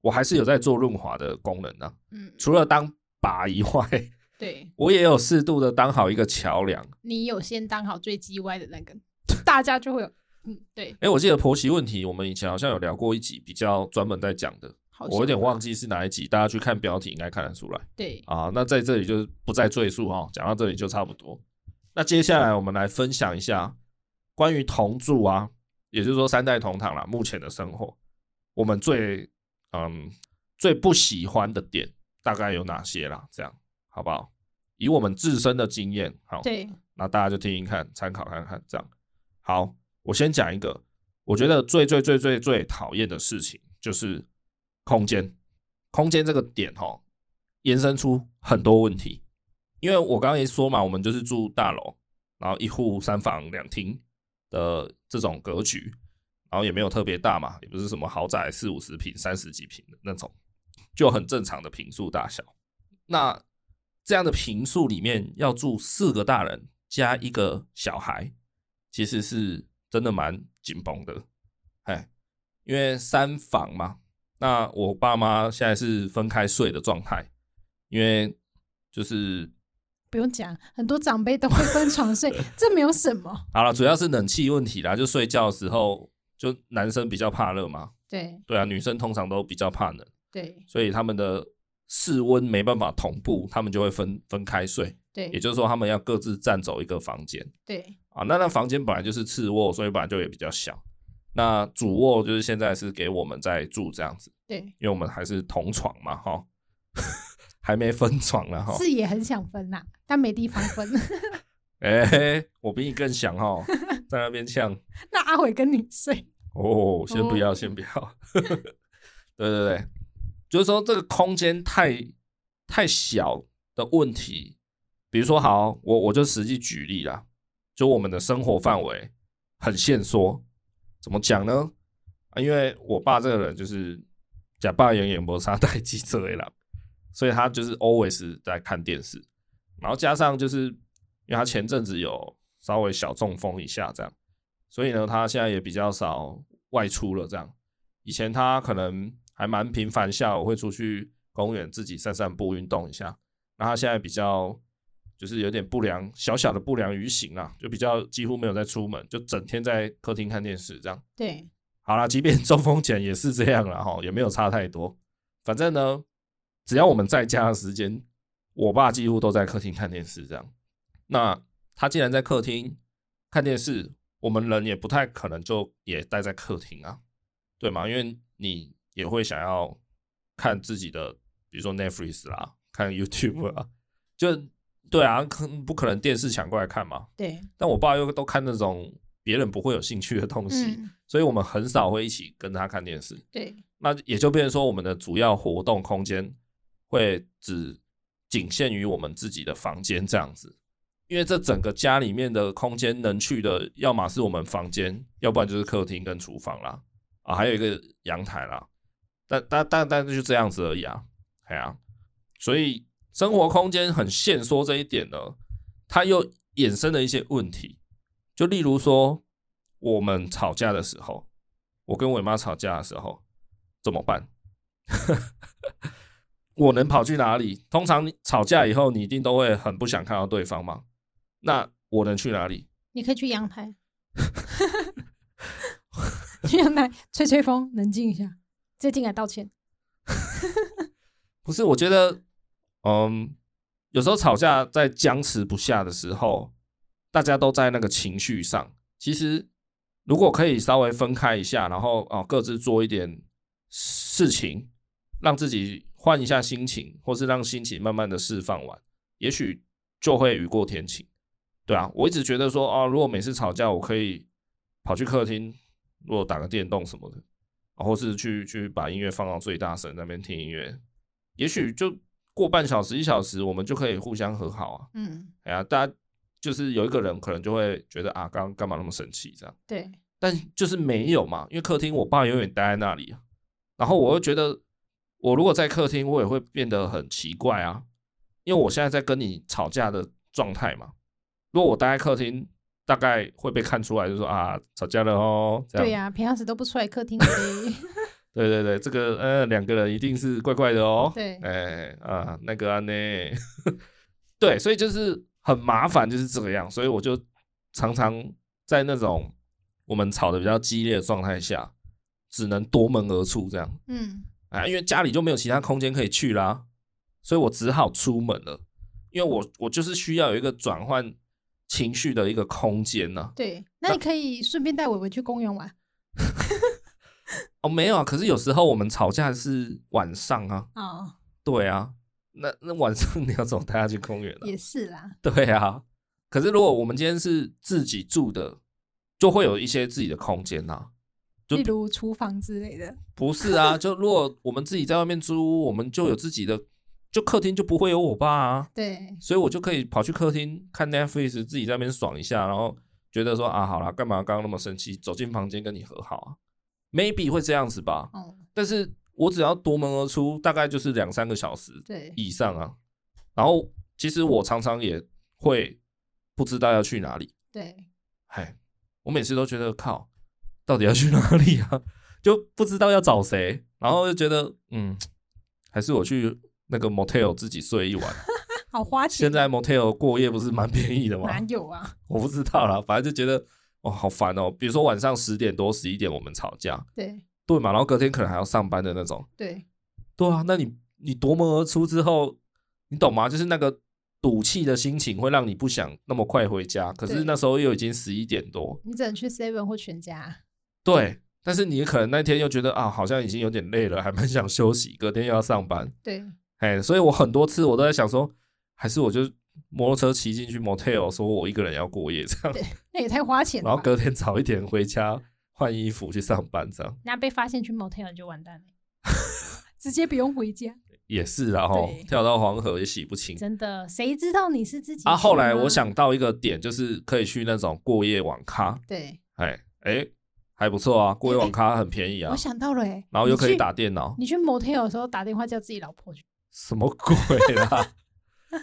S1: 我还是有在做润滑的功能啊。
S2: 嗯，
S1: 除了当靶以外，
S2: 对，
S1: 我也有适度的当好一个桥梁。
S2: 你有先当好最叽歪的那个，大家就会有，嗯，对，
S1: 哎，我记得婆媳问题，我们以前好像有聊过一集，比较专门在讲的，
S2: 好，
S1: 我有点，忘记是哪一集，大家去看标题应该看得出来
S2: 对，
S1: 啊。那在这里就不再赘述哦，讲到这里就差不多。那接下来我们来分享一下关于同住啊，也就是说三代同堂啦，目前的生活，我们最嗯最不喜欢的点大概有哪些啦？这样好不好？以我们自身的经验，好，
S2: 对，
S1: 那大家就听听看，参考看看，这样。好，我先讲一个，我觉得最最最最最讨厌的事情就是空间，空间这个点哦，延伸出很多问题。因为我刚刚也说嘛，我们就是住大楼，然后一户三房两厅的这种格局，然后也没有特别大嘛，也不是什么豪宅四五十平、三十几平的那种，就很正常的平数大小。那这样的平数里面要住四个大人加一个小孩，其实是真的蛮紧绷的，哎，因为三房嘛，那我爸妈现在是分开睡的状态，因为就是
S2: 不用讲，很多长辈都会分床睡，这没有什么。
S1: 好了，主要是冷气问题啦，就睡觉的时候，就男生比较怕热嘛，
S2: 对
S1: 对啊，女生通常都比较怕冷，
S2: 对
S1: 所以他们的室温没办法同步，他们就会分分开睡，也
S2: 对
S1: 就是说他们要各自占走一个房间
S2: 对
S1: 啊。那那房间本来就是次卧，所以本来就也比较小。那主卧就是现在是给我们在住这样子，
S2: 对，
S1: 因为我们还是同床嘛，哈， 还没分床了哈。
S2: 是也很想分啦，但没地方分。
S1: 哎、我比你更想哈，在那边呛。
S2: 那阿伟跟你睡，
S1: 哦，先不要，
S2: 哦
S1: 先不要。 对对对，就是说这个空间太太小的问题，比如说，好，我我就实际举例啦，就我们的生活范围很限缩，怎么讲呢？啊，因为我爸这个人就是假扮演演播杀代机这类啦，所以他就是 always 在看电视，然后加上就是因为他前阵子有稍微小中风一下这样，所以呢，他现在也比较少外出了。这样，以前他可能还蛮频繁下午会出去公园自己散散步、运动一下。那他现在比较就是有点不良，小小的不良于行啦，就比较几乎没有在出门，就整天在客厅看电视这样。
S2: 对
S1: 好啦，即便中风前也是这样啦，哈，也没有差太多。反正呢，只要我们在家的时间，我爸几乎都在客厅看电视这样。那他既然在客厅看电视，我们人也不太可能就也待在客厅啊，对吗？因为你也会想要看自己的，比如说 Netflix 啦，看 YouTube 啊，就对啊，可不可能电视抢过来看嘛？
S2: 对，
S1: 但我爸又都看那种别人不会有兴趣的东西。
S2: 嗯
S1: 所以我们很少会一起跟他看电视。
S2: 对
S1: 那也就变成说，我们的主要活动空间会只仅限于我们自己的房间这样子，因为这整个家里面的空间能去的，要么是我们房间，要不然就是客厅跟厨房啦，啊，还有一个阳台啦。但但但但就这样子而已啊，哎呀、所以生活空间很限缩这一点呢，它又衍生了一些问题，就例如说我们吵架的时候，我跟我妈吵架的时候怎么办？ 我能跑去哪里？通常你吵架以后，你一定都会很不想看到对方嘛。那我能去哪里？
S2: 你可以去阳台， 去阳台吹吹风，冷静一下，再进来道歉。
S1: 不是，我觉得，嗯，有时候吵架在僵持不下的时候，大家都在那个情绪上。其实，如果可以稍微分开一下，然后哦各自做一点事情，让自己换一下心情，或是让心情慢慢的释放完，也许就会雨过天晴。对啊，我一直觉得说，哦，如果每次吵架，我可以跑去客厅，如果打个电动什么的，啊或是去去把音乐放到最大声，在那边听音乐，也许就过半小时一小时，我们就可以互相和好啊。
S2: 嗯，
S1: 哎呀，大家就是有一个人可能就会觉得啊，刚刚干嘛那么生气这样，
S2: 对
S1: 但就是没有嘛，因为客厅我爸永远待在那里啊，然后我又觉得我如果在客厅，我也会变得很奇怪啊，因为我现在在跟你吵架的状态嘛，如果我待在客厅，大概会被看出来，就说啊，吵架了哦，这样
S2: 对呀、平常时都不出来 客厅嘞。
S1: 对对对，这个呃，两个人一定是怪怪的哦。
S2: 对
S1: 哎啊，那 个啊呢，对，所以就是很麻烦，就是这个样。所以我就常常在那种我们吵得比较激烈的状态下，只能夺门而出这样。
S2: 嗯，
S1: 啊，因为家里就没有其他空间可以去啦，所以我只好出门了。因为我我就是需要有一个转换情绪的一个空间呐、
S2: 对，那你可以顺便带伟伟去公园玩
S1: 哦，没有啊，可是有时候我们吵架是晚上啊。
S2: 哦，
S1: 对啊，那那晚上你要怎么带他去公园啊？
S2: 也是啦。
S1: 对啊，可是如果我们今天是自己住的，就会有一些自己的空间呐、就
S2: 例如厨房之类的，
S1: 不是啊，就如果我们自己在外面租屋，我们就有自己的，就客厅就不会有我爸啊，
S2: 对
S1: 所以我就可以跑去客厅看 Netflix，自己在那边爽一下，然后觉得说啊，好啦，干嘛刚刚那么生气？走进房间跟你和好啊，maybe 会这样子吧。
S2: 哦，
S1: 但是我只要夺门而出，大概就是两三个小时
S2: 对，
S1: 以上啊。然后其实我常常也会不知道要去哪里，
S2: 对，
S1: 嗨，我每次都觉得靠，到底要去哪里啊？ 就不知道要找谁，然后就觉得嗯，还是我去那个 motel 自己睡一晚。
S2: 好花钱，啊
S1: 现在 motel 过夜不是蛮便宜的吗？
S2: 哪有啊？
S1: 我不知道啦，反正就觉得哦好烦哦。比如说晚上十点多、十一点我们吵架，
S2: 对
S1: 对嘛，然后隔天可能还要上班的那种。
S2: 对，
S1: 对啊，那你你夺门而出之后，你懂吗？就是那个赌气的心情会让你不想那么快回家，可
S2: 对
S1: 是那时候又已经十一点多，
S2: 你只能去 Seven 或全家，
S1: 对。但是你可能那天又觉得啊，好像已经有点累了，还蛮想休息，隔天又要上班，
S2: 对
S1: 哎，所以我很多次我都在想说，还是我就摩托车骑进去 motel，说我一个人要过夜这样，
S2: 那也太花钱
S1: 然
S2: 了
S1: 后
S2: 吧。
S1: 隔天早一点回家换衣服去上班，这样
S2: 那被发现去 motel 就完 蛋了，直接不用回家，
S1: 也是啦吼
S2: 对，
S1: 跳到黄河也洗不清。
S2: 真的，谁知道你是自己
S1: 啊，后来
S2: 去吗
S1: 我，想到一个点，就是可以去那种过夜网咖，
S2: 对，
S1: 哎哎，还不错啊，过夜网咖很便宜啊
S2: 我，想到了、欸，
S1: 然后又可
S2: 你
S1: 以
S2: 去
S1: 打电脑，
S2: 你去 motel 的时候打电话叫自己老婆去，
S1: 什么鬼啦？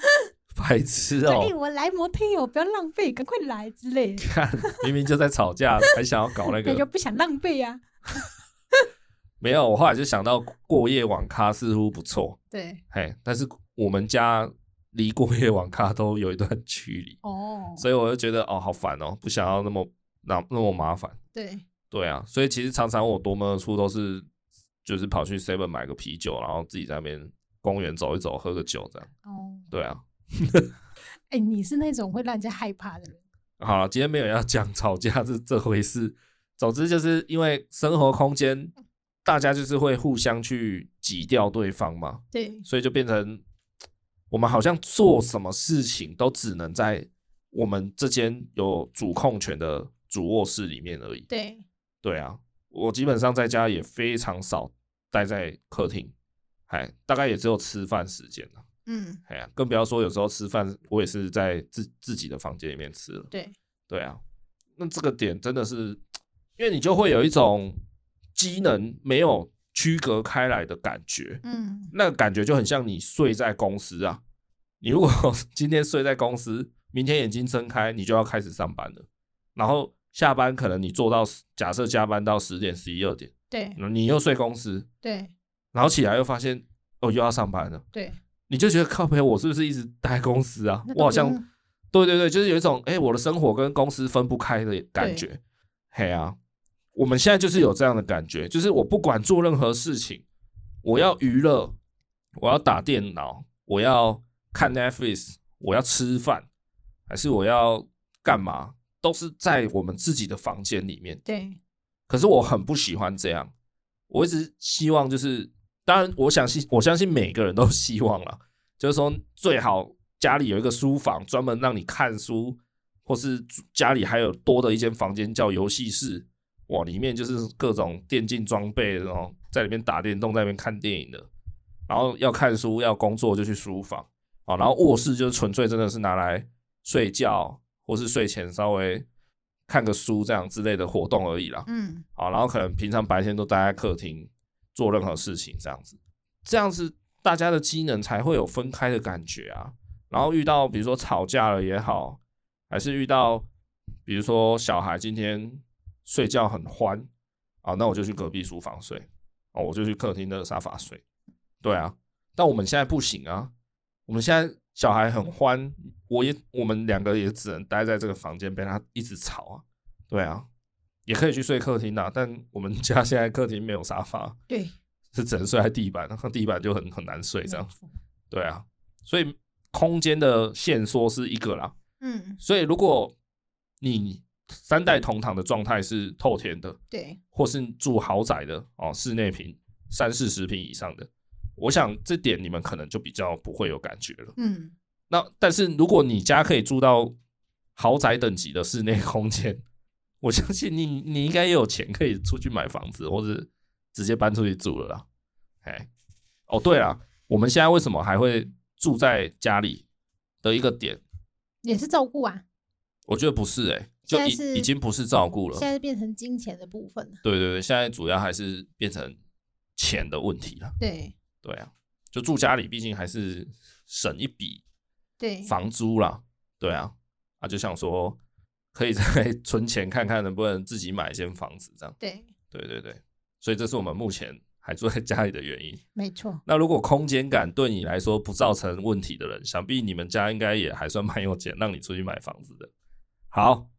S1: 白痴
S2: 哎、
S1: 哦、
S2: 我来 motel，不要浪费，赶快来之类的，
S1: 看明明就在吵架，还想要搞那
S2: 那就
S1: 个？
S2: 不想浪费啊。
S1: 没有，我后来就想到过夜网咖似乎不错，
S2: 对，
S1: 嘿，但是我们家离过夜网咖都有一段距离，
S2: 哦，
S1: 所以我就觉得哦，好烦哦，不想要那么那那么麻烦。
S2: 对
S1: 对啊，所以其实常常我夺门而出都是就是跑去 Seven 买个啤酒，然后自己在那边公园走一走，喝个酒这样。
S2: 哦，
S1: 对啊，
S2: 哎、你是那种会让人家害怕的人，
S1: 好了，今天没有要讲吵架这这回事。总之就是因为生活空间，大家就是会互相去挤掉对方嘛，
S2: 对
S1: 所以就变成我们好像做什么事情都只能在我们这间有主控权的主卧室里面而已。
S2: 对，
S1: 对啊，我基本上在家也非常少待在客厅，哎，大概也只有吃饭时间了。
S2: 嗯，
S1: 哎呀，更不要说有时候吃饭，我也是在自自己的房间里面吃了。
S2: 对
S1: 对啊，那这个点真的是，因为你就会有一种机能没有区隔开来的感觉，
S2: 嗯，
S1: 那个感觉就很像你睡在公司啊。你如果 今天睡在公司，明天眼睛睁开，你就要开始上班了。然后下班可能你做到10假设加班到十点、十一二点，
S2: 对
S1: 你又睡公司，
S2: 对
S1: 然后起来又发现哦又要上班了，
S2: 对，
S1: 你就觉得靠朋友我是不是一直待在公司啊
S2: 那？都
S1: 我好像
S2: 不用
S1: 对对对，就是有一种哎、诶我的生活跟公司分不开的感觉。嘿啊，我们现在就是有这样的感觉，就是我不管做任何事情，我要娱乐，我要打电脑，我要看 Netflix，我要吃饭，还是我要干嘛，都是在我们自己的房间里面。
S2: 对
S1: 可是我很不喜欢这样，我一直希望就是，当然我相信我相信每个人都希望了，就是说最好家里有一个书房，专门让你看书，或是家里还有多的一间房间叫游戏室，哇，里面就是各种电竞装备，然后在里面打电动，在里面看电影的，然后要看书要工作就去书房啊，然后卧室就是纯粹真的是拿来睡觉或是睡前稍微看个书这样之类的活动而已啦。
S2: 嗯，
S1: 好，然后可能平常白天都待在客厅做任何事情，这样子，这样子大家的机能才会有分开的感觉啊。然后遇到比如说吵架了也好，还是遇到比如说小孩今天睡觉很欢啊，那我就去隔壁书房睡，哦，我就去客厅的沙发睡。对啊，但我们现在不行啊，我们现在小孩很欢，我也我们两个也只能待在这个房间被他一直吵啊。对啊，也可以去睡客厅啊，但我们家现在客厅没有沙发，
S2: 对，
S1: 是只能睡在地板，那地板就很很难睡这
S2: 嗯
S1: 样。对啊，所以空间的限缩是一个啦。
S2: 嗯，
S1: 所以如果你三代同堂的状态是透天的，
S2: 对
S1: 或是住豪宅的哦，室内平三四十平以上的，我想这点你们可能就比较不会有感觉了。
S2: 嗯，
S1: 那但是如果你家可以住到豪宅等级的室内空间，我相信你你应该也有钱可以出去买房子，或者直接搬出去住了啦。哎，哦对了，我们现在为什么还会住在家里的一个点，
S2: 也是照顾啊，
S1: 我觉得不是哎、就
S2: 现在
S1: 已
S2: 是
S1: 已经不是照顾了
S2: 现。在是变成金钱的部分了。
S1: 对对对，现在主要还是变成钱的问题了。
S2: 对
S1: 对啊，就住家里，毕竟还是省一笔
S2: 对，
S1: 房租啦。对啊，啊，就想说可以 再存钱看看能不能自己买一间房子这样。
S2: 对，
S1: 对对对，所以这是我们目前还住在家里的原因。
S2: 没错。
S1: 那如果空间感对你来说不造成问题的人，想必你们家应该也还算蛮有钱，让你出去买房子的。好，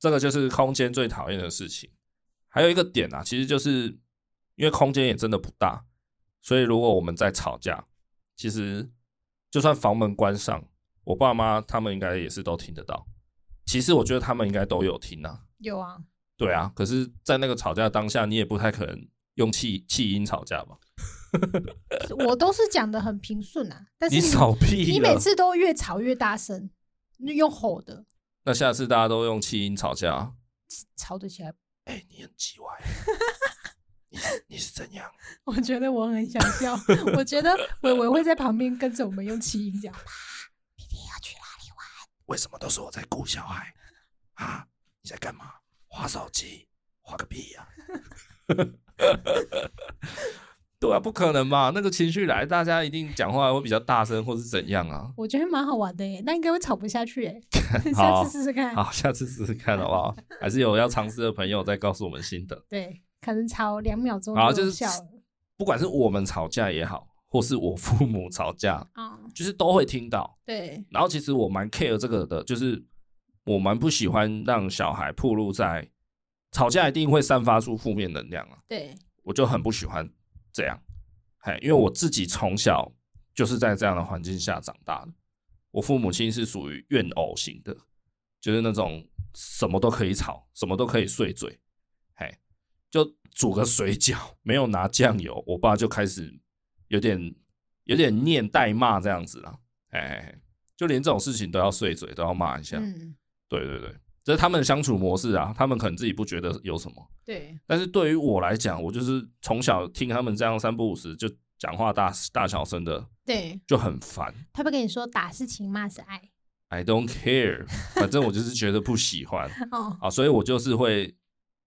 S1: 这个就是空间最讨厌的事情。还有一个点啊，其实就是因为空间也真的不大，所以如果我们在吵架，其实就算房门关上，我爸妈他们应该也是都听得到。其实我觉得他们应该都有听啊，
S2: 有啊，
S1: 对啊。可是，在那个吵架当下，你也不太可能用气气音吵架吧？
S2: 我都是讲的很平顺啊，但是
S1: 你吵屁啊
S2: 你
S1: 了
S2: 每次都越吵越大声，你用吼的，
S1: 那下次大家都用气音吵架啊，
S2: 吵得起来。
S1: 哎、你很叽歪，你是你是怎样？
S2: 我觉得我很想笑，我觉得伟伟会在旁边跟着我们用气音讲，
S1: 为什么都是我在顾小孩啊？你在干嘛？划手机，划个屁呀、 对啊，不可能嘛！那个情绪来，大家一定讲话会比较大声，或是怎样啊？
S2: 我觉得蛮好玩的耶，那应该会吵不下 去耶，
S1: 好
S2: 下次试试看。
S1: 好，下次试试看好不好？还是有要尝试的朋友再告诉我们心得。
S2: 对，可能吵两秒钟
S1: 好，就
S2: 就是笑了。
S1: 不管是我们吵架也好，或是我父母吵架，
S2: 啊、
S1: 就是都会听到。
S2: 对
S1: 然后其实我蛮 care 这个的，就是我蛮不喜欢让小孩暴露在吵架，一定会散发出负面能量啊，
S2: 对
S1: 我就很不喜欢这样。嘿，因为我自己从小就是在这样的环境下长大的，我父母亲是属于怨偶型的，就是那种什么都可以吵，什么都可以碎嘴，嘿，就煮个水饺没有拿酱油，我爸就开始有点有点念带骂这样子啦，哎哎，哎就连这种事情都要碎嘴，都要骂一下，
S2: 嗯，
S1: 对对对，这是他们的相处模式啊，他们可能自己不觉得有什么，
S2: 对
S1: 但是对于我来讲，我就是从小听他们这样三不五时就讲话大大小声的，
S2: 对，
S1: 就很烦。
S2: 他会跟你说打是情，骂是爱。
S1: I don't care，反 正我就是觉得不喜欢
S2: 哦，
S1: 啊，所以我就是会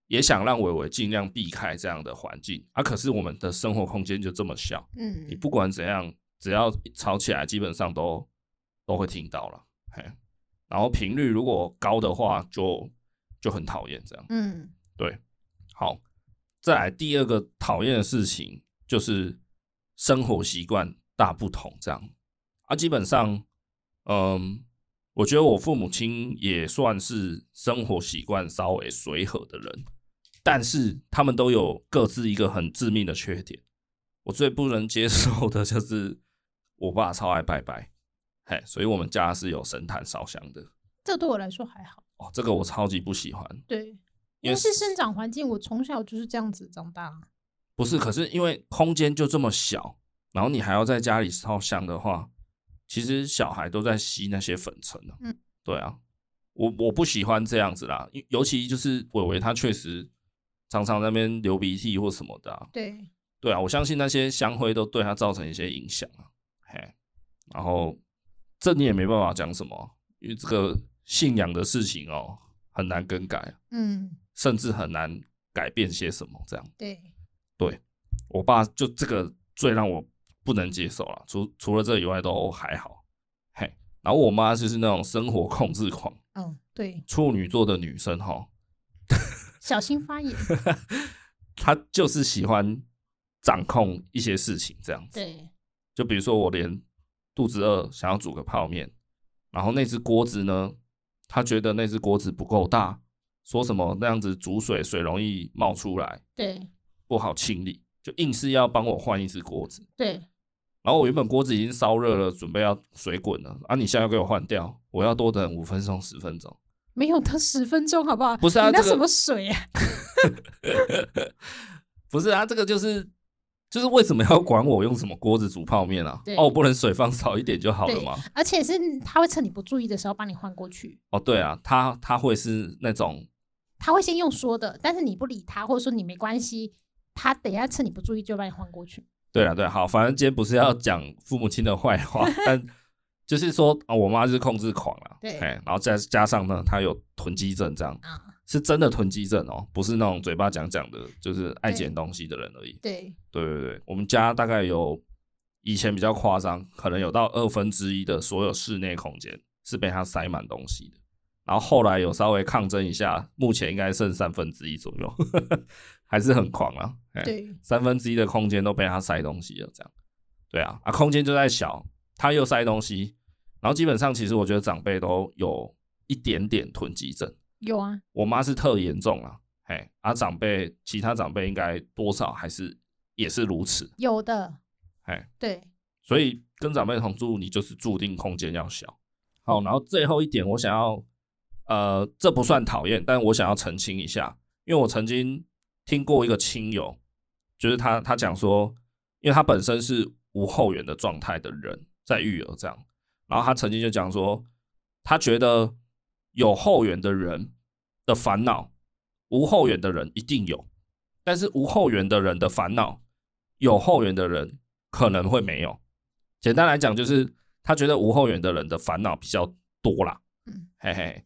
S1: 也想让伟伟尽量避开这样的环境啊。可是我们的生活空间就这么小，
S2: 嗯
S1: 你，不管怎样，只要吵起来，基本上都都会听到了。嘿，然后频率如果高的话，就就很讨厌这样。
S2: 嗯，
S1: 好，再来第二个讨厌的事情就是生活习惯大不同这样啊，基本上，嗯，我觉得我父母亲也算是生活习惯稍微随和的人，但是他们都有各自一个很致命的缺点。我最不能接受的就是我爸超爱拜拜，嘿，所以我们家是有神坛烧香的
S2: 这对我来说还好。
S1: 哦，这个我超级不喜欢。
S2: 对，
S1: 因
S2: 因
S1: 为
S2: 为是生长环境，我从小就是这样子长大。
S1: 不是，可是因为空间就这么小，然后你还要在家里烧香的话，其实小孩都在吸那些粉尘啊。
S2: 嗯，
S1: 对啊，我我不喜欢这样子啦，尤尤其就是伟伟他确实常常在那边流鼻涕或什么的、啊。
S2: 对，
S1: 对啊，我相信那些香灰都对他造成一些影响啊。嘿，然后这你也没办法讲什么，因为这个信仰的事情哦，很难更改啊，
S2: 嗯，
S1: 甚至很难改变些什么这样。
S2: 对，
S1: 我爸就这个最让我不能接受了，除除了这以外都还好。嘿，然后我妈就是那种生活控制狂，
S2: 嗯，对，
S1: 处女座的女生哈，
S2: 小心 发言。
S1: 她就是喜欢掌控一些事情这样子。
S2: 对，
S1: 就比如说我连肚子饿想要煮个泡面，然后那只锅子呢，她觉得那只锅子不够大，说什么那样子煮水水容易冒出来，
S2: 对，
S1: 不好清理，就硬是要帮我换一只锅子。
S2: 对，
S1: 然后我原本锅子已经烧热了，准备要水滚了啊！你现在要给我换掉，我要多等五分钟、十分钟。
S2: 没有到十分钟，好不好？
S1: 不是啊
S2: 你那
S1: 这个
S2: 什么水啊？
S1: 不是啊，这个就是就是为什么要管我用什么锅子煮泡面啊
S2: 对？
S1: 哦，我不能水放少一点就好了
S2: 对
S1: 吗？
S2: 而且是他会趁你不注意的时候把你换过去，
S1: 哦，对啊，他他会是那种
S2: 他会先用说的，但是你不理他，或者说你没关系，他等一下趁你不注意就把你换过去。
S1: 对啊对啊好，反正今天不是要讲父母亲的坏话，但就是说啊、我妈是控制狂啦，
S2: 对
S1: 哎，然后再加上呢，她有囤积症这样，
S2: 啊，
S1: 是真的囤积症哦，不是那种嘴巴讲讲的，就是爱捡东西的人而已。
S2: 对，
S1: 对对对，我们家大概有以前比较夸张，可能有到二分之一的所有室内空间是被他塞满东西的。然后后来有稍微抗争一下，目前应该剩三分之一左右， 还是很狂啊。哎
S2: 对，
S1: 三分之一的空间都被他塞东西了，这样。对啊，啊，空间就在小，他又塞东西，然后基本上其实我觉得长辈都有一点点囤积症。
S2: 有啊，
S1: 我妈是特严重啊，哎，啊长辈其他长辈应该多少还是也是如此，
S2: 有的，
S1: 哎，
S2: 对，
S1: 所以跟长辈同住，你就是注定空间要小。好，然后最后一点，我想要，呃，这不算讨厌，但我想要澄清一下，因为我曾经听过一个亲友，就是他他讲说，因为他本身是无后援的状态的人，在育儿这样，然后他曾经就讲说，他觉得有后援的人的烦恼，无后援的人一定有，但是无后援的人的烦恼，有后援的人可能会没有。简单来讲，就是他觉得无后援的人的烦恼比较多啦。
S2: 嗯
S1: 嘿嘿，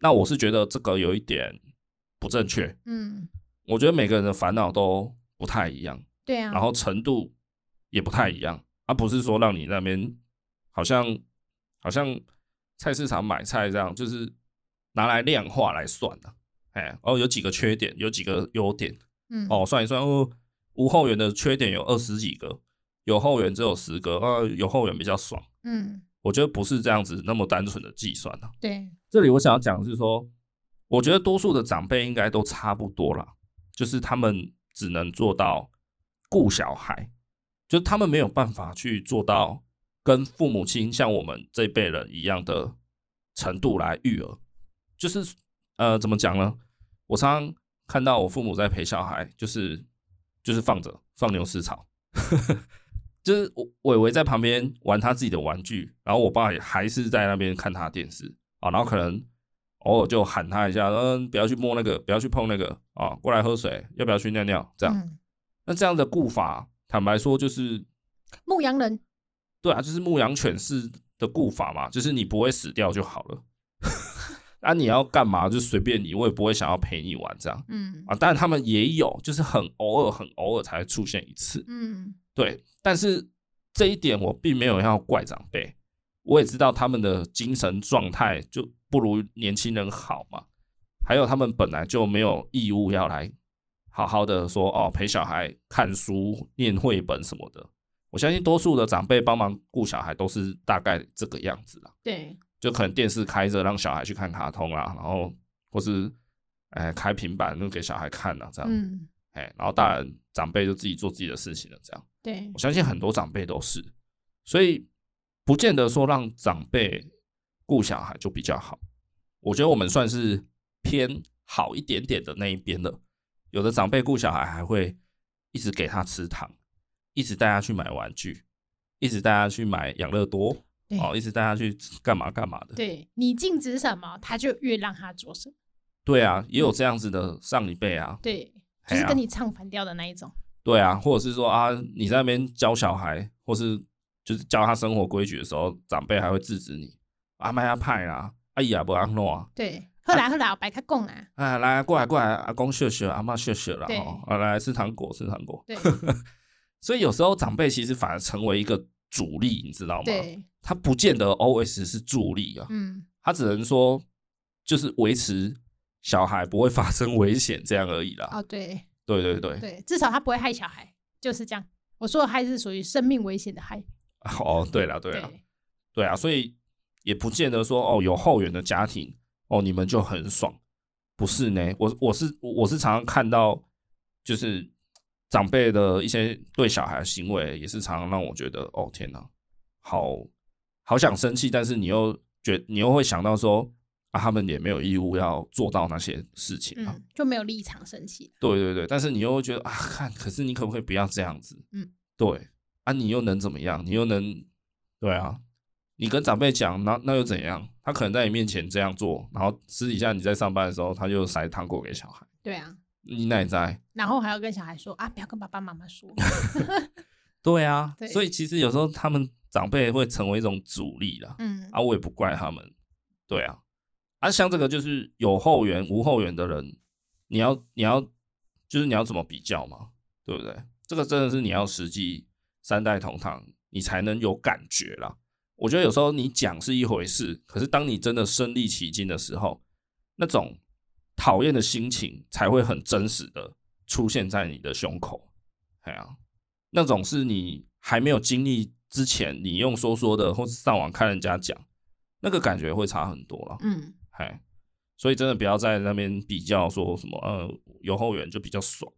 S1: 那我是觉得这个有一点不正确。
S2: 嗯，
S1: 我觉得每个人的烦恼都不太一样，
S2: 对啊，
S1: 然后程度也不太一样，而、不是说让你那边好像好像菜市场买菜这样，就是拿来量化来算的、哎，哦，有几个缺点，有几个优点，
S2: 嗯，
S1: 哦，算一算，哦，无后援的缺点有二十几个，有后援只有十个，呃，有后援比较爽。
S2: 嗯，
S1: 我觉得不是这样子那么单纯的计算啊。
S2: 对，
S1: 这里我想要讲的是说，我觉得多数的长辈应该都差不多啦，就是他们只能做到顾小孩，就是他们没有办法去做到跟父母亲像我们这辈人一样的程度来育儿。就是呃，怎么讲呢？我常常看到我父母在陪小孩，就是就是放着放牛吃草， 就是我伟伟在旁边玩他自己的玩具，然后我爸也还是在那边看他的电视啊，然后可能偶尔就喊他一下，嗯，不要去摸那个，不要去碰那个啊，过来喝水，要不要去尿尿？这样，
S2: 嗯
S1: 那这样的顾法，坦白说就是
S2: 牧羊人，
S1: 对啊，就是牧羊犬式的顾法嘛，就是你不会死掉就好了。 啊，你要干嘛就随便你，我也不会想要陪你玩这样
S2: 嗯
S1: 啊。当然他们也有，就是很偶尔、很偶尔才会出现一次。
S2: 嗯，
S1: 对，但是这一点我并没有要怪长辈，我也知道他们的精神状态就不如年轻人好嘛，还有他们本来就没有义务要来好好的说哦陪小孩看书、念绘本什么的。我相信多数的长辈帮忙顾小孩都是大概这个样子啦，
S2: 对，
S1: 就可能电视开着让小孩去看卡通啦，然后或是哎开平板就给小孩看啊啦，这样，
S2: 嗯
S1: 哎，然后大人长辈就自己做自己的事情了，这样。
S2: 对
S1: 我，相信很多长辈都是，所以不见得说让长辈顾小孩就比较好。我觉得我们算是偏好一点点的那一边的。有的长辈顾小孩还会一直给他吃糖，一直带他去买玩具，一直带他去买养乐多，
S2: 对
S1: 哦，一直带他去干嘛干嘛的。
S2: 对你禁止什么，他就越让他做什么，
S1: 对啊，也有这样子的上一辈啊，
S2: 嗯对，
S1: 哎
S2: 就是
S1: 呀
S2: 跟你唱反调的那一种，
S1: 对啊，或者是说啊，你在那边教小孩，或是就是教他生活规矩的时候，长辈还会制止你啊，卖他派啦，啊伊也不安诺啊，
S2: 对，后来后来白开供啊，
S1: 哎来过来过来，阿公谢谢，阿妈谢谢啦，
S2: 对
S1: 哦，啊来吃糖果吃糖 果。
S2: 对
S1: 所以有时候长辈其实反而成为一个阻力，你知道吗？
S2: 对，
S1: 他不见得 always 是助力啊，
S2: 嗯
S1: 他只能说就是维持小孩不会发生危险这样而已啦。
S2: 哦对
S1: 对对对，
S2: 对，至少他不会害小孩，就是这样。我说的害是属于生命危险的害，
S1: 哦对啦对啦。
S2: 对
S1: 对啊，所以也不见得说哦，有后援的家庭哦，你们就很爽，不是呢？我我是我是常常看到，就是长辈的一些对小孩的行为，也是常常让我觉得哦，天哪，好好想生气，但是你又觉你又会想到说啊，他们也没有义务要做到那些事情啊，
S2: 嗯，就没有立场生气，
S1: 对对对，但是你又会觉得啊，看，可是你可不可以不要这样子？
S2: 嗯，
S1: 对啊，你又能怎么样？你又能对啊？你跟长辈讲，那那又怎样？他可能在你面前这样做，然后私底下你在上班的时候，他就塞糖果给小孩，
S2: 对啊，
S1: 你哪里在？
S2: 然后 还要跟小孩说啊，不要跟爸爸妈妈说，
S1: 对啊
S2: 对
S1: 所以其实有时候他们长辈会成为一种阻力啦。
S2: 嗯
S1: 啊，我也不怪他们，对啊，啊，像这个就是有后援无后援的人，你要你要就是你要怎么比较嘛，对不对？这个真的是你要实际三代同堂，你才能有感觉啦。我觉得有时候你讲是一回事，可是当你真的身临其境的时候，那种讨厌的心情才会很真实的出现在你的胸口。哎呀、那种是你还没有经历之前，你用说说的，或是上网看人家讲，那个感觉会差很多了。
S2: 嗯，
S1: 哎，所以真的不要在那边比较说什么，呃，有后援就比较爽，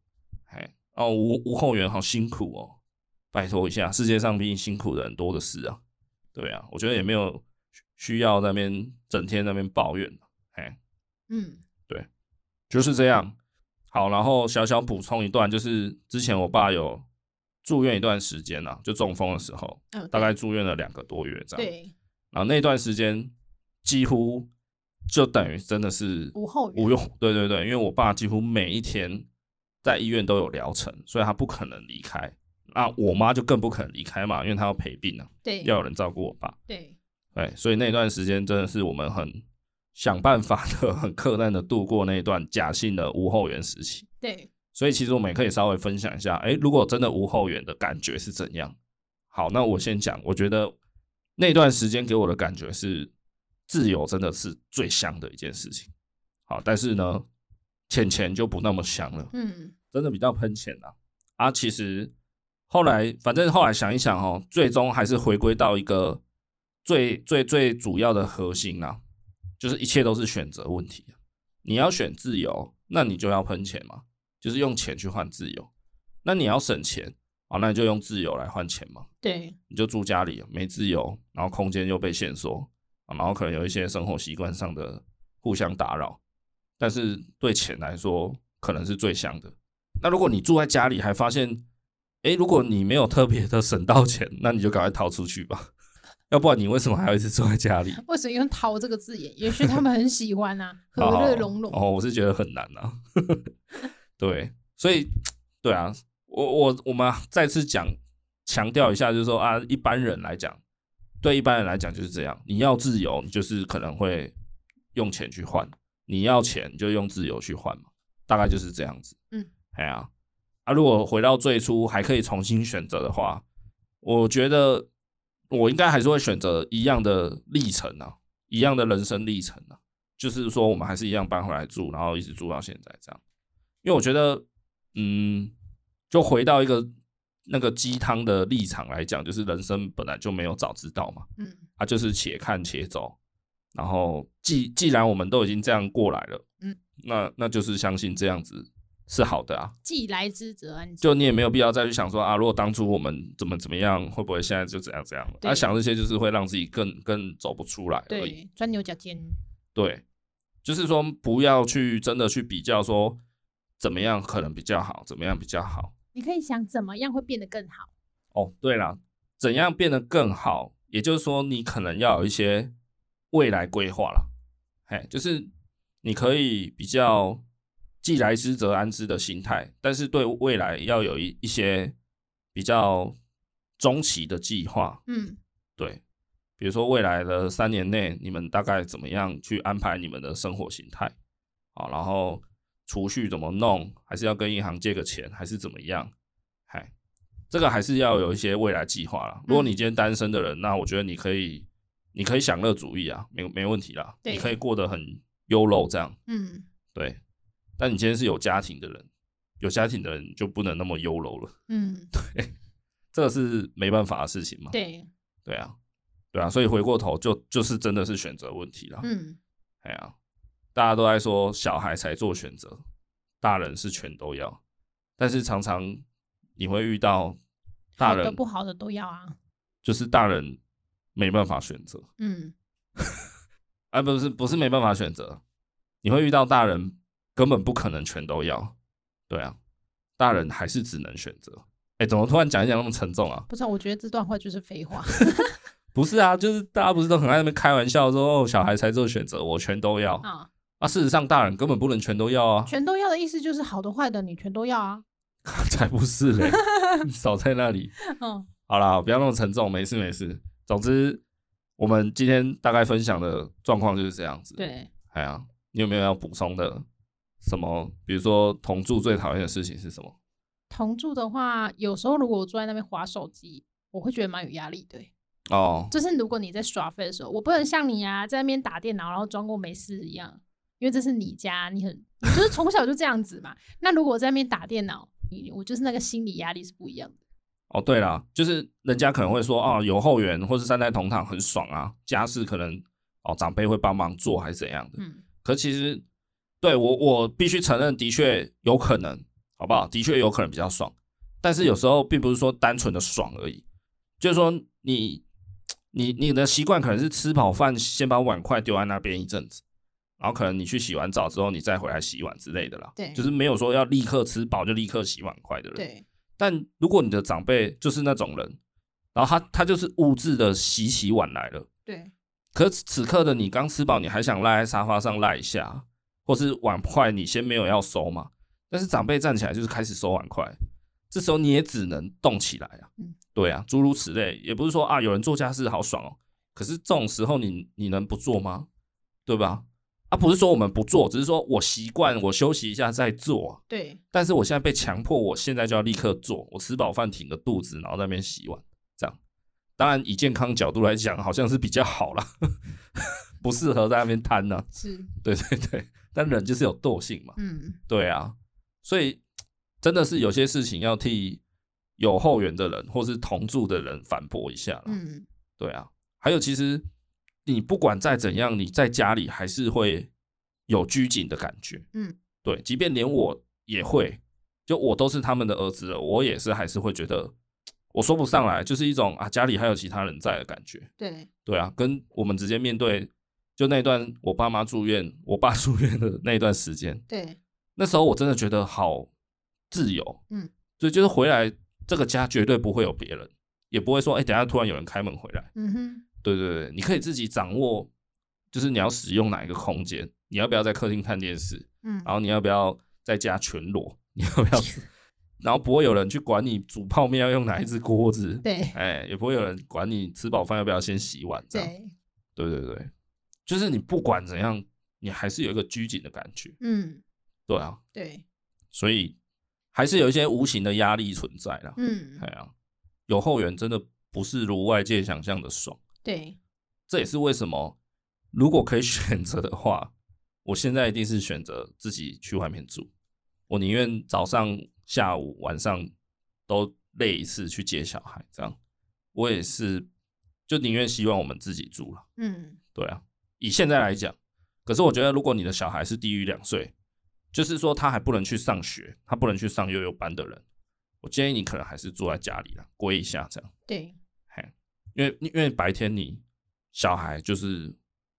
S1: 哎，哦，无无后援好辛苦哦，拜托一下，世界上比你辛苦的人多的是啊，对啊，我觉得也没有需要那边整天那边抱怨，哎，
S2: 嗯
S1: 就是这样。好，然后小小补充一段，就是之前我爸有住院一段时间呐、啊，就中风的时候，
S2: 嗯，
S1: 大概住院了两个多月这样。
S2: 对
S1: 然后那段时间几乎就等于真的是
S2: 无后援
S1: 无用，对对对，因为我爸几乎每一天在医院都有疗程，所以他不可能离开。那我妈就更不可能离开嘛，因为她要陪病啊，
S2: 对
S1: 要有人照顾我爸。
S2: 对
S1: 对，所以那段时间真的是我们很想办法的、 很克难的度过那段假性的无后援时期。
S2: 对，
S1: 所以其实我们也可以稍微分享一下，哎，如果真的无后援的感觉是怎样？好，那我先讲，我觉得那段时间给我的感觉是自由真的是最香的一件事情。好，但是呢，钱钱就不那么香了，
S2: 嗯
S1: 真的比较喷钱啊。啊，其实后来反正后来想一想哦，最终还是回归到一个最最最主要的核心啊，就是一切都是选择问题啊。你要选自由，那你就要喷钱嘛，就是用钱去换自由。那你要省钱啊，那你就用自由来换钱嘛。
S2: 对
S1: 你就住家里没自由，然后空间又被限缩、啊，然后可能有一些生活习惯上的互相打扰，但是对钱来说可能是最香的。那如果你住在家里还发现，诶，如果你没有特别的省到钱，那你就赶快逃出去吧， 要不然你为什么还要一直住在家里？
S2: 为什么用“逃”这个字眼？也许他们很喜 欢啊，和乐融融。
S1: 哦，我是觉得很难啊。 对，所以对啊，我我我们再次讲强调一下，就是说啊，一般人来讲，对一般人来讲就是这样，你要自由，你就是可能会用钱去换；你要钱，你就用自由去换嘛，大概就是这样子。
S2: 嗯，
S1: 哎呀、啊，如果回到最初还可以重新选择的话，我觉得我应该还是会选择一样的历程啊，一样的人生历程啊。就是说我们还是一样搬回来住，然后一直住到现在这样。因为我觉得，嗯，就回到一个那个鸡汤的立场来讲，就是人生本来就没有早知道嘛，
S2: 嗯
S1: 啊，就是且看且走。然后既既然我们都已经这样过来了，
S2: 嗯，
S1: 那那就是相信这样子是好的啊。
S2: 既来之则安之。
S1: 就你也没有必要再去想说啊，如果当初我们怎么怎么样，会不会现在就怎样怎样了？
S2: 对
S1: 他、想这些就是会让自己更更走不出来而已。
S2: 对，钻牛角尖。
S1: 对，就是说不要去真的去比较说怎么样可能比较好，怎么样比较好。
S2: 你可以想怎么样会变得更好。
S1: 哦，对啦，怎样变得更好，也就是说你可能要有一些未来规划啦。嘿，就是你可以比较既来之则安之的心态，但是对未来要有一一些比较中期的计划，
S2: 嗯
S1: 对，比如说未来的三年内，你们大概怎么样去安排你们的生活形态？好，然后储蓄怎么弄？还是要跟银行借个钱，还是怎么样？嗨，这个还是要有一些未来计划啦。如果你今天单身的人，那我觉得你可以，你可以享乐主义啊，没没问题啦，
S2: 对
S1: 你可以过得很优柔这样，
S2: 嗯
S1: 对。但你今天是有家庭的人，有家庭的人就不能那么优柔了，
S2: 嗯，
S1: 这个是没办法的事情嘛。
S2: 对，
S1: 对啊，对啊，所以回过头就就是真的是选择问题啦。
S2: 嗯
S1: 哎呀、大家都在说小孩才做选择，大人是全都要，但是常常你会遇到大
S2: 好的
S1: 人
S2: 不好的都要啊。
S1: 就是大人没办法选择，
S2: 嗯，
S1: 啊，不是不是没办法选择，你会遇到大人根本不可能全都要，对啊，大人还是只能选择。哎，怎么突然讲一讲那么沉重啊？
S2: 不知道，我觉得这段话就是 废话。
S1: 不是啊，就是大家不是都很爱那边开玩笑说，哦，小孩才做选择，我全都要。
S2: 啊，
S1: 啊，事实上，大人根本不能全都要啊，
S2: 全都要的意思就是好的坏的你全都要啊。
S1: 才不是嘞，你少在那里。
S2: 嗯，
S1: 好啦，不要那么沉重，没事没事。总之，我们今天大概分享的状况就是这样子。，
S3: 对，
S1: 哎呀，你有没有要补充的？什么？比如说同住最讨厌的事情是什么？
S2: 同住的话，有时候如果我坐在那边划手机，我会觉得蛮有压力的欸。
S1: 哦，
S2: 就是如果你在耍废的时候，我不能像你啊，在那边打电脑然后装作没事一样，因为这是你家，你很你就是从小就这样子嘛。 那如果我在那边打电脑，你我就是那个心理压力是不一样的。
S1: 哦，对啦，就是人家可能会说，哦，有后援或是三代同堂很爽啊，家事可能哦长辈会帮忙做还是怎样的。
S2: 嗯，
S1: 可其实对我我必须承认，的确有可能，好不好？的确有可能比较爽，但是有时候并不是说单纯的爽而已，就是说你你你的习惯可能是吃饱饭先把碗筷丢在那边一阵子。然后可能你去洗完澡之后，你再回来洗碗之类的啦。
S2: 对
S1: 就是没有说要立刻吃饱就立刻洗碗筷的人。
S2: 对，
S1: 但如果你的长辈就是那种人，然后他他就是物质的洗起碗来了，
S2: 对，
S1: 可此刻的你刚吃饱，你还想赖在沙发上赖一下，或是碗筷你先没有要收嘛，但是长辈站起来就是开始收碗筷，这时候你也只能动起来啊，
S2: 嗯
S1: 对啊，诸如此类，也不是说啊有人做家事好爽哦，可是这种时候你你能不做吗？对吧？啊，不是说我们不做，只是说我习惯我休息一下再做啊、
S2: 对，
S1: 但是我现在被强迫，我现在就要立刻做，我吃饱饭挺个肚子，然后在那边洗碗，这样。当然，以健康角度来讲，好像是比较好啦， 不适合在那边瘫呢、
S2: 是，
S1: 对对对，但人就是有惰性嘛，
S2: 嗯，
S1: 对啊，所以真的是有些事情要替有后援的人或是同住的人反驳一下啦。
S2: 嗯，
S1: 对啊，还有其实你不管再怎样，你在家里还是会有拘谨的感觉。
S2: 嗯，
S1: 对，即便连我也会，就我都是他们的儿子了，我也是还是会觉得我说不上来，就是一种啊家里还有其他人在的感觉。
S2: 对，
S1: 对啊，跟我们直接面对，就那段我爸妈住院，我爸 住院的那一段时间，
S2: 对，
S1: 那时候我真的觉得好自由，
S2: 嗯，
S1: 所以就是回来这个家绝对不会有别人，也不会说哎、等一下突然有人开门回来。
S2: 嗯哼，
S1: 对对对，你可以自己掌握，就是你要使用哪一个空间，你要不要在客厅看电视，
S2: 嗯，
S1: 然后你要不要在家全裸，你要 不要，然后不会有人去管你煮泡面要用哪一只锅子，
S2: 对，
S1: 哎，也不会有人管你吃饱饭要不要先洗碗，这样，
S2: 对，
S1: 对对对，就是你不管怎样，你还是有一个拘谨的感觉，
S2: 嗯，
S1: 对啊，
S2: 对，
S1: 所以还是有一些无形的压力存在啦，
S2: 嗯
S1: 哎，呀，有后援真的不是如外界想象的爽。
S2: 对，
S1: 这也是为什么，如果可以选择的话，我现在一定是选择自己去外面住。我宁愿早上、下午、晚上都累一次去接小孩，这样我也是就宁愿希望我们自己住了。
S2: 嗯，
S1: 对啊，以现在来讲，可是我觉得如果你的小孩是低于两岁，就是说他还不能去上学，他不能去上幼幼班的人，我建议你可能还是住在家里啦，归一下这样。
S2: 对，
S1: 因为因为白天你小孩就是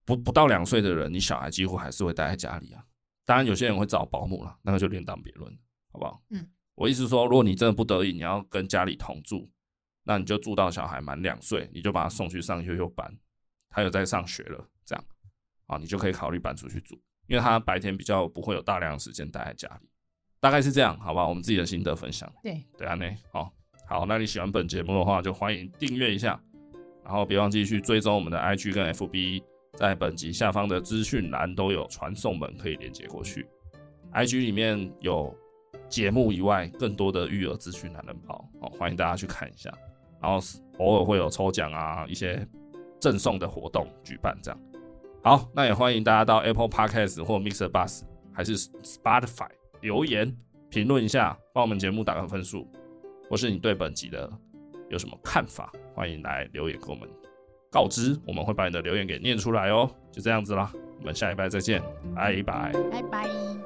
S1: 不不到两岁的人，你小孩几乎还是会待在家里啊。当然，有些人会找保姆啦，那个就另当别论，好不好？
S2: 嗯，
S1: 我意思是说，如果你真的不得已，你要跟家里同住，那你就住到小孩满两岁，你就把他送去上幼幼班，他有在上学了，这样啊，你就可以考虑搬出去住，因为他白天比较不会有大量的时间待在家里，大概是这样，好不好？我们自己的心得分享。
S2: 对，
S1: 对啊呢，好，好，那你喜欢本节目的话，就欢迎订阅一下，然后别忘记去追踪我们的 IG 跟 FB，在本集下方的资讯栏都有传送门可以连接过去。IG 里面有节目以外更多的育儿资讯懒人包，哦，欢迎大家去看一下。然后偶尔会有抽奖啊，一些赠送的活动举办这样。好，那也欢迎大家到 Apple Podcast 或 Mixer Bus 还是 Spotify 留言评论一下，帮我们节目打个分数，或是你对本集的有什么看法，欢迎来留言给我们告知，我们会把你的留言给念出来哦。就这样子啦，我们下礼拜再见，拜拜。
S2: 拜拜。